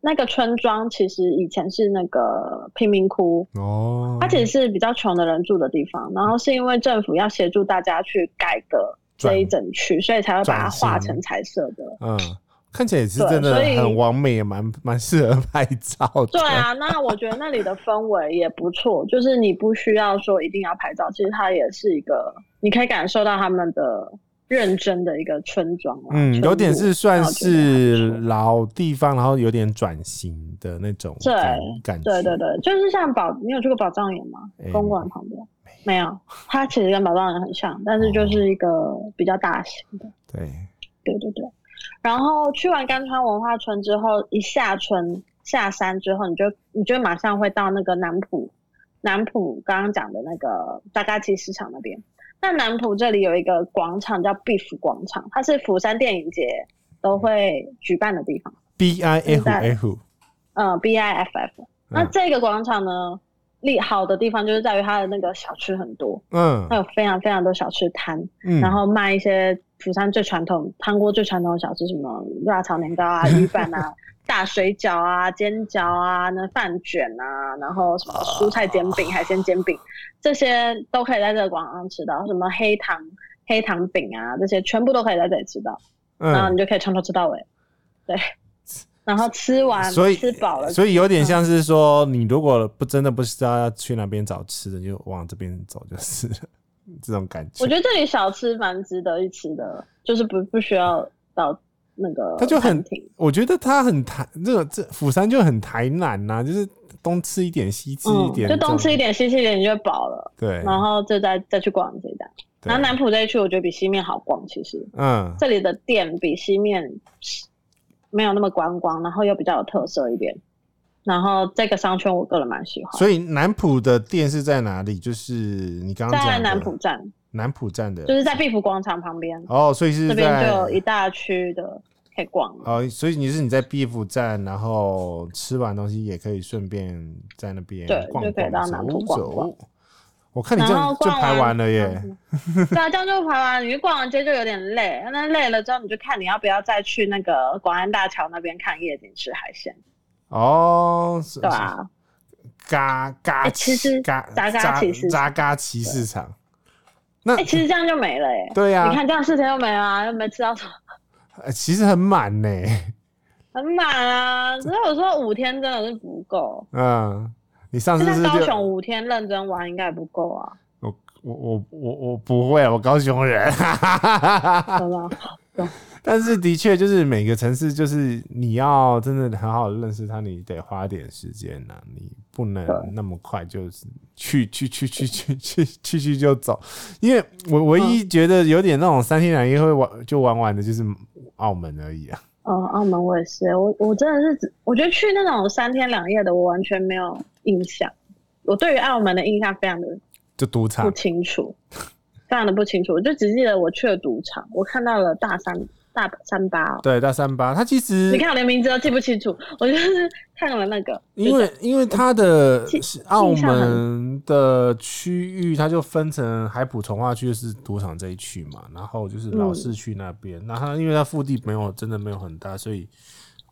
那个村庄其实以前是那个贫民窟。哦，它其实是比较穷的人住的地方，然后是因为政府要协助大家去改革这一转整区，所以才会把它转型划成彩色的。嗯，看起来也是对真的所以很完美，也蛮蛮适合拍照的。对啊，那我觉得那里的氛围也不错，就是你不需要说一定要拍照，其实它也是一个，你可以感受到他们的认真的一个村庄啦。嗯，村有点落是算那我觉得是还不错老地方，然后有点转型的那种对感感觉。对对对，就是像宝，你有去过宝藏岩吗诶？公馆旁边、没有，它其实跟宝藏岩很像，但是就是一个比较大型的。对对对对。然后去完甘川文化村之后，一下村下山之后，你就你就马上会到那个南浦，南浦刚刚讲的那个大嘎奇市场那边。那南浦这里有一个广场叫 Beef 广场，它是釜山电影节都会举办的地方， ，B I 现 F 在 F，呃，B I F F。那嗯这个广场呢，厉好的地方就是在于它的那个小吃很多，嗯它有非常非常多小吃摊，嗯，然后卖一些釜山最传统、韩国最传统的小吃，什么辣炒年糕 啊、鱼板啊、大水饺啊、煎饺啊、那饭卷啊，然后什么蔬菜煎饼、海鲜煎饼，这些都可以在这个广场上吃到。什么黑糖黑糖饼啊，这些全部都可以在这里吃到，然后嗯你，就可以从头吃到尾。对，然后吃完所以啊吃饱了，嗯所以有点像是说，你如果不真的不知道要去哪边找吃的，你就往这边走就是了，这种感觉。我觉得这里小吃蛮值得一吃的，就是不不需要到那个它就很餐厅我觉得它很台，这个这釜山就很台南呐、就是东吃一点西吃一点，嗯，就东吃一点，点，西吃一点，你就饱了。对，然后就再再去逛街这样。对然后南浦这一区，我觉得比西面好逛，其实嗯这里的店比西面没有那么观光，然后又比较有特色一点。然后这个商圈我个人蛮喜欢，所以南浦的店是在哪里？就是你刚刚在讲的南浦站，南浦站的，就是在碧福广场旁边，哦，所以是这边在就有一大区的可以逛。哦，所以你是你在 BF 站，然后吃完东西也可以顺便在那边对逛就可以到南浦走逛走逛我看你然这后样就逛排完了耶，嗯对啊，这样就排完，你逛完街就有点累，那累了之后你就看你要不要再去那个广安大桥那边看夜景吃海鲜，哦，是对啊，，是嘎嘎哎奇，其实嘎扎嘎扎奇市扎嘎奇市场，那哎、其实这样就没了哎、对啊呀你看这样四天又没了、啊，又没吃到什么，呃其实很满呢， 很满啊。所以我说五天真的是不够，嗯，你上就次像是高就雄五天认真玩应该也不够啊，我我我我我不会，我高雄人。 啊好吧？但是的确，就是每个城市，就是你要真的很好地认识它，你得花点时间呐、你不能对那么快就是去 去去去去去去去就走。因为我唯一觉得有点那种三天两夜会玩就玩完的，就是澳门而已啊。嗯，澳门我也是，我我真的是只，我觉得去那种三天两夜的，我完全没有印象。我对于澳门的印象非常的就赌不场，清楚，非常的不清楚。我就只记得我去了赌场，我看到了大三大三八、哦，对，到三八，它其你实看我连名字都记不清楚，我就是看了那个，因为因为它的嗯记澳印象很门的区域，它就分成海浦从化区就是赌场这一区嘛，然后就是老市区那边。那它因为它腹地没有真的没有很大，所以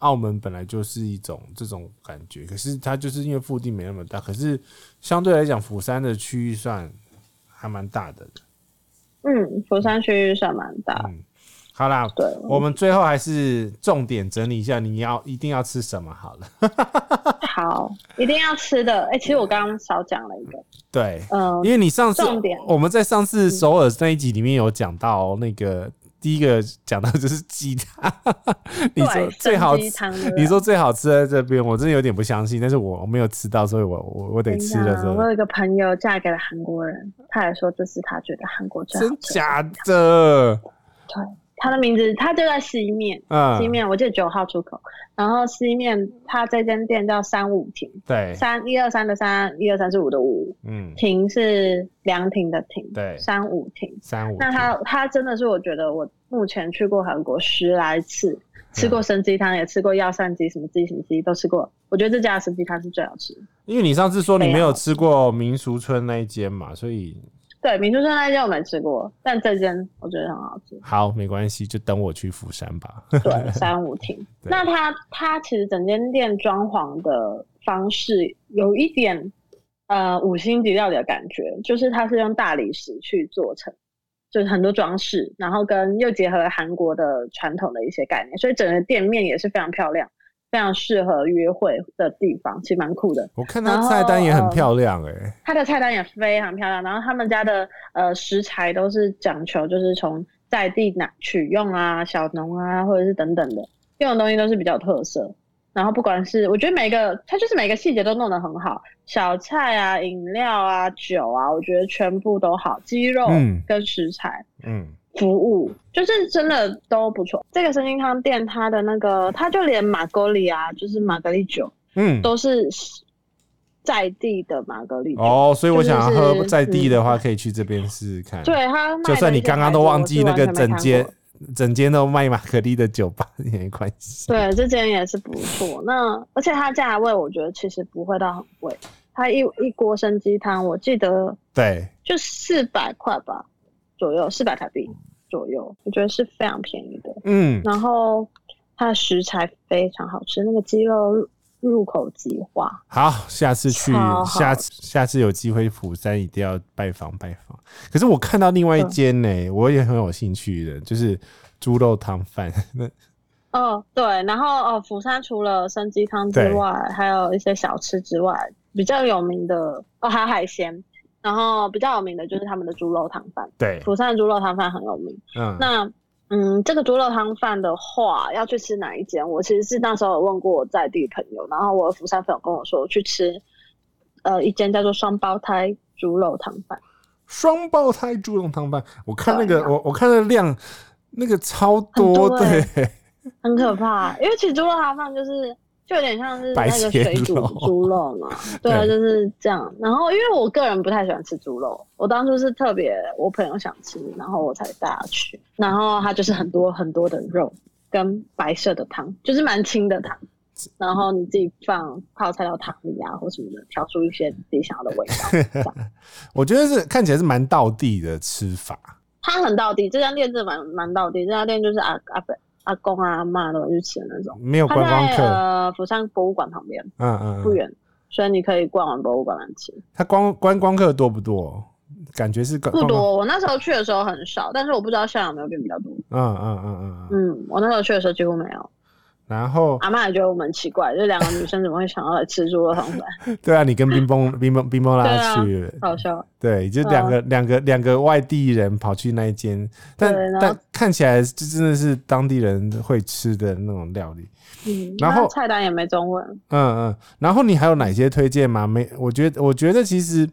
澳门本来就是一种这种感觉。可是它就是因为腹地没那么大，可是相对来讲，釜山的区域算还蛮大的。嗯，釜山区域算蛮大的嗯，好啦，对，我们最后还是重点整理一下，你要一定要吃什么好了。好，一定要吃的。哎、其实我刚刚少讲了一个，对，嗯、因为你上次重点嗯我们在上次首尔那一集里面有讲到那个。第一个讲到就是鸡汤， 你说对，最好生鸡吃，汤对不对你说最好吃在这边，我真的有点不相信，但是我我没有吃到，所以我我我得等一吃下了，真我的，有一个朋友嫁给了韩国人，他也说这是他觉得韩国最好真吃的。假的？对，他的名字他就在西面，西嗯，面我记得九号出口，然后西面他这间店叫三五亭，对，三一二三的三，一二三是五的五，嗯，亭是凉亭的亭，对三五亭。三五，嗯那他他真的是我觉得我目前去过韩国十来次，吃过生鸡汤，也吃过药膳鸡，什么鸡什么鸡都吃过。我觉得这家的生鸡汤是最好吃的。因为你上次说你没非有常吃过民俗村那一间嘛，所以。对，明珠生那间我没吃过，但这间我觉得很好吃好，没关系，就等我去釜山吧。 对，三五亭。对那它它其实整间店装潢的方式有一点呃五星级料理的感觉，就是它是用大理石去做成，就是很多装饰，然后跟又结合了韩国的传统的一些概念，所以整个店面也是非常漂亮，非常适合约会的地方，其实蛮酷的。我看他菜单也很漂亮哎、欸它的菜单也非常漂亮，然后他们家的呃食材都是讲求就是从在地拿取用啊、小农啊，或者是等等的用的东西都是比较有特色。然后不管是我觉得每个它就是每个细节都弄得很好，小菜啊、饮料啊、酒啊，我觉得全部都好，鸡肉嗯跟食材、嗯，服务就是真的都不错。这个生金汤店它的那个，它就连马格里啊，就是玛格丽酒嗯，都是在地的玛格丽酒。哦，所以我想要就是喝在地的话，嗯可以去这边试试看。，对他，就算你刚刚都忘记那个整间。整间都卖玛格丽的酒吧也没关系。对，这间也是不错。那而且它价位，我觉得其实不会到很贵。它一一锅生鸡汤，我记得对，就四百块吧左右，四百台币左右，我觉得是非常便宜的。嗯，然后它的食材非常好吃，那个鸡肉入入口即化。好，下次去超，好下次下次有机会釜山一定要拜访拜访。可是我看到另外一间呢、嗯我也很有兴趣的，就是猪肉汤饭。 那哦，对，然后哦，釜山除了生鸡汤之对外，还有一些小吃之外，比较有名的哦，还有海鲜。然后比较有名的就是他们的猪肉汤饭，对，釜山的猪肉汤饭很有名。嗯，那嗯，这个猪肉汤饭的话，要去吃哪一间？我其实是那时候有问过我在地朋友，然后我的釜山朋友跟我说，我去吃呃一间叫做双胞胎猪肉汤饭。双胞胎猪肉汤饭，我看那个对我我看那个量，那个超多很多对欸，很可怕，因为其实猪肉扒饭就是就有点像是白那切个水煮肉猪肉 嘛，对啊，对就是这样。然后因为我个人不太喜欢吃猪肉，我当初是特别我朋友想吃，然后我才带他去，然后它就是很多很多的肉跟白色的汤，就是蛮清的汤。然后你自己放泡菜到汤里啊，或什么的，调出一些自己想要的味道。 我觉得是看起来是蛮道地的吃法。它很到底，这家店真的蛮蛮到底。这家店就是阿阿伯、阿公啊、阿妈都有去吃的那种。没有它观光在客，呃釜山博物馆旁边。嗯嗯不嗯，远，所以你可以逛完博物馆来吃。它光观光客多不多？感觉是观不观光，多，我那时候去的时候很少，但是我不知道现在有没有变比较多。嗯嗯嗯嗯嗯。嗯，啊我那时候去的时候几乎没有。然后阿妈也觉得我们很奇怪，就是两个女生怎么会想要来吃猪肉汤饭？对啊，你跟冰 崩冰崩冰崩拉对啊哦去，好笑。对，就两个两个两个外地人跑去那一间，但啊对然后但看起来这真的是当地人会吃的那种料理。嗯，然后那菜单也没中文。嗯嗯，然后你还有哪些推荐吗？没，我觉得我觉得其实，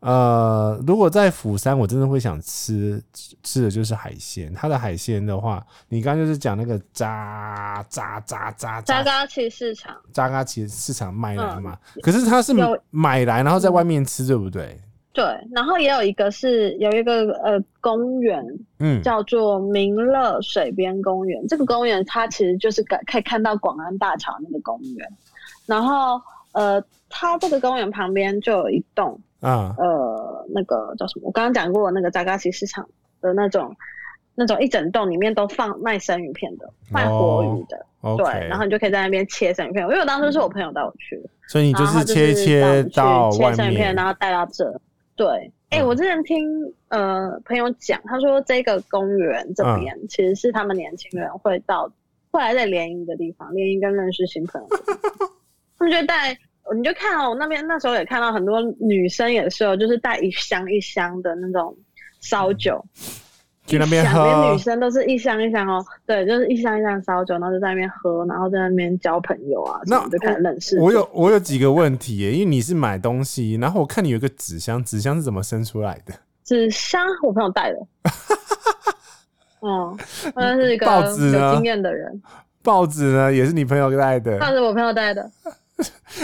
呃，如果在釜山，我真的会想吃吃的就是海鲜。它的海鲜的话，你刚刚就是讲那个渣渣渣渣沙渣嘎奇市场渣嘎，其实市场卖来嗯嘛，可是它是有买来然后在外面吃，对不对？对，然后也有一个是有一个呃公园嗯，叫做民乐水边公园。这个公园它其实就是可可以看到广安大桥那个公园，然后呃，它这个公园旁边就有一栋啊、呃那个叫什么？我刚刚讲过那个扎嘎奇市场的那种那种一整栋里面都放卖生鱼片的，卖活鱼的， o 对 k 然后你就可以在那边切生鱼片。因为我当初是我朋友带我去的，所以你然是后他切一就是切带我到们去切外生鱼片，面嗯然后带到这，对。哎、我之前听呃朋友讲，他说这个公园这嗯边其实是他们年轻人会到，会来在联谊的地方，联谊跟认识新朋友的地方他们就带，你就看哦，我那边那时候也看到很多女生也是哦，就是带一箱一箱的那种烧酒，嗯去那边一箱连喝女，生都是一箱一箱哦，对，就是一箱一箱烧酒，然后就在那边喝，然后在那边交朋友啊，什那么就开始认识。我有我有几个问题耶，因为你是买东西，然后我看你有一个纸箱，纸箱是怎么生出来的？纸箱，我朋友 带的。嗯，我真是一个报纸呢有经验的人。报纸呢也是你朋友带那的，是我朋友带的。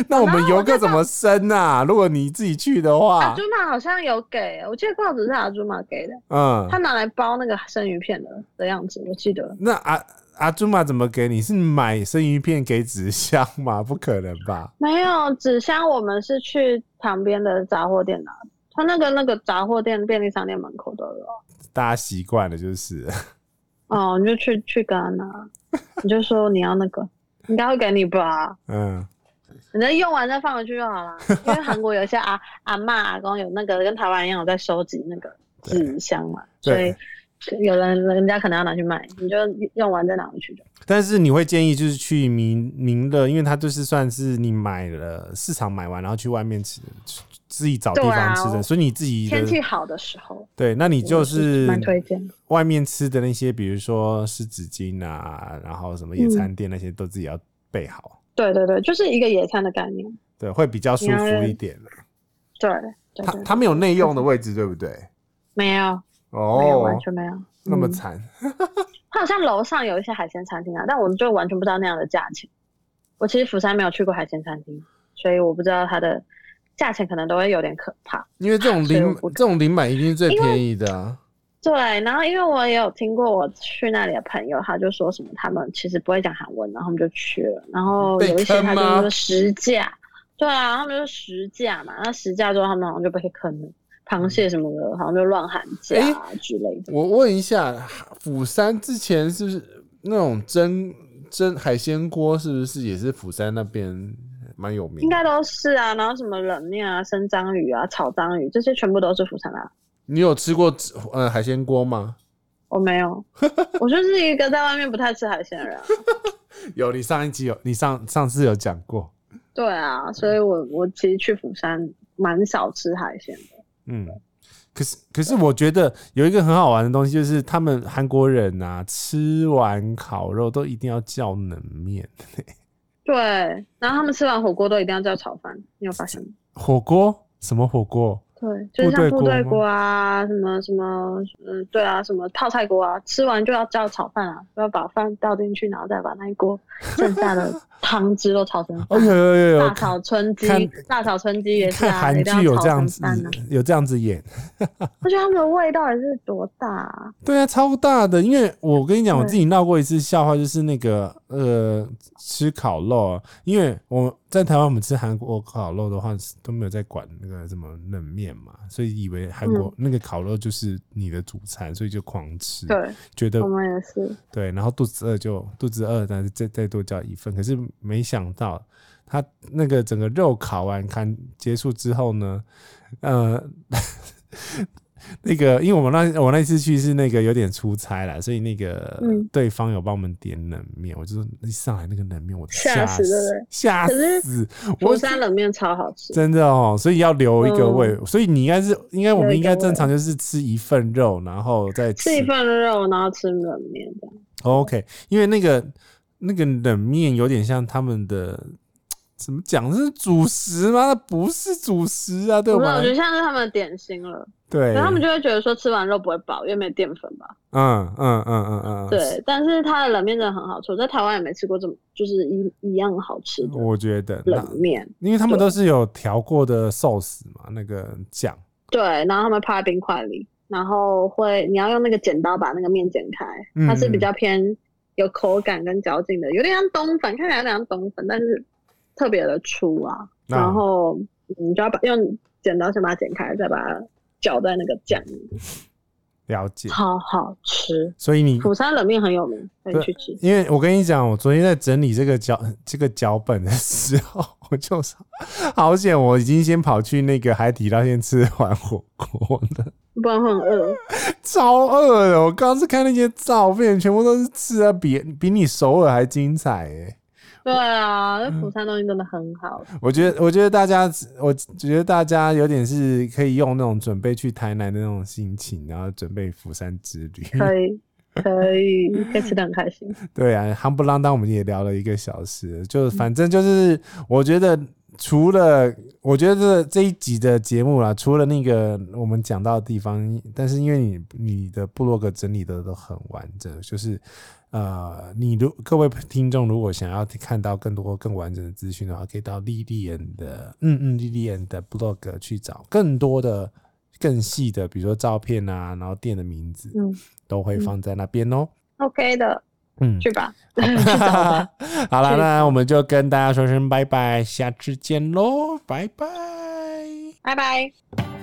那我们那游我客就怎么生啊？如果你自己去的阿话朱，玛好像有给，我记得报纸是阿朱玛给的，嗯他，拿来包那个生鱼片的的样子，我记得。那阿阿朱玛怎么给你？是买生鱼片给纸箱吗？ 不可能吧？没有纸箱，我们是去旁边的杂货店拿的。他那个那个杂货店、便利商店门口都有。大家习惯了就是， 哦，你就去去跟他拿，你就说你要那个，应该会给你吧。嗯，反正用完再放回去就好 了，因为韩国有一些阿阿嬷阿公有那个跟台湾一样有在收集那个纸箱嘛，所对以有人人家可能要拿去卖，你就用完再拿回去就好。但是你会建议就是去民民乐，因为它就是算是你买了市场买完，然后去外面吃，吃自己找地方吃对的，啊所以你自己天气的好的时候，对，那你就我是蛮推荐的外面吃的那些，比如说湿纸巾啊，然后嗯什么野餐垫那些，都自己要备好，对对对，就是一个野餐的概念。对，会比较舒服一点。对对它对，它没有内用的位置，对不对？没有 没有哦，完全没有，那么嗯惨，它好像楼上有一些海鲜餐厅啊，但我就完全不知道那样的价钱。我其实釜山没有去过海鲜餐厅，所以我不知道它的价钱可能都会有点可怕。因为这种所以零我不这种零买一定是最因为便宜的啊。对，然后因为我也有听过我去那里的朋友，他就说什么他们其实不会讲韩文，然后他们就去了，然后被有一些坑他就吗是说实价，对啊，他们就实价嘛，那实价之后他们好像就被坑了，螃蟹什么的好像就乱喊价啊之类的。我问一下，釜山之前是不是那种蒸蒸海鲜锅，是不是也是釜山那边蛮有名的？应该都是啊，然后什么冷面啊、生章鱼啊、炒章鱼，这些全部都是釜山啊。你有吃过呃海鲜锅吗？我没 有，我就是一个在外面不太吃海鲜的人啊。有，你上一集有，你上上次有讲过。对啊，所以我我其实去釜山蛮少吃海鲜的。嗯，可是可是我觉得有一个很好玩的东西，就是他们韩国人啊，吃完烤肉都一定要叫冷面对，然后他们吃完火锅都一定要叫炒饭，你有发现吗？火锅，什么火锅？对，就是部队像部队锅吗锅啊，什么什么，嗯，对啊，什么泡菜锅啊，吃完就要叫炒饭啊，要把饭倒进去，然后再把那一锅剩 下的汤汁都炒成哦，饭。有有有有啊大，炒春鸡看，大炒春鸡也是看啊，韩一定要剧有炒这样成子饭啊。，有这样子演。我觉得他们的味道也是多大啊！对啊，超大的！因为我跟你讲，我对自己闹过一次笑话，就是那个呃，吃烤肉啊，因为我在台湾我们吃韩国烤肉的话都没有在管那个什么冷面嘛，所以以为韩国嗯那个烤肉就是你的主餐，所以就狂吃，对，觉得我们也是。对，然后肚子饿就肚子饿，但是再再多叫一份。可是没想到，他那个整个肉烤完看结束之后呢，呃， 那个因为我那我那次去是那个有点出差啦，所以那个嗯对方有帮我们点冷面，我就说一上来那个冷面我吓吓死对不死对吓可是死，我釜山冷面超好吃，真的哦，所以要留一个胃，所以你应该是应该我嗯留们一应个该正胃常就是吃一份肉，然后再吃吃一份肉，然后吃冷面这样。 OK，因为那个那个冷面有点像他们的怎么讲是主食吗？那不是主食啊，对我不知道，吧我觉？得像是他们的点心了。对，可他们就会觉得说吃完肉不会饱，因为没淀粉吧？嗯嗯嗯嗯嗯，嗯，对，但是它的冷面真的很好吃，我在台湾也没吃过这么就是一一样好吃的我觉得那冷面。因为他们都是有调过的寿司嘛，那个酱，对，然后他们泡在冰块里，然后会你要用那个剪刀把那个面剪开，嗯它是比较偏有口感跟嚼劲的，有点像冬粉，看起来有点像冬粉，但是特别的粗啊。啊然后嗯嗯你就要把用剪刀先把它剪开，再把它搅在那个酱里。了解。超好吃。所以你釜山冷面很有名，可以对去吃。因为我跟你讲，我昨天在整理这个脚这个脚本的时候，我就是好险，我已经先跑去那个海底捞先吃完火锅了，不然会很饿。超饿的。我刚是看那些照片，全部都是吃的比比你首尔还精彩哎。 对啊，那釜山东西真的很好。我觉得，我觉得大家，我觉得大家有点是可以用那种准备去台南的那种心情，然后准备釜山之旅。可以，可以，可以吃的很开心。对啊，夯不啷当，我们也聊了一个小时，嗯就反正就是，我觉得除了我觉得这一集的节目啦，除了那个我们讲到的地方，但是因为你你的部落格整理的都很完整，就是呃，你如各位听众如果想要看到更多更完整的资讯的话，可以到莉莉安的嗯嗯莉莉安的 blog 去找更多的更细的，比如说照片啊，然后店的名字，嗯都会嗯放在那边哦。 OK 的，嗯，去吧。 好了，去那我们就跟大家说声拜拜，下次见喽，拜拜。拜拜。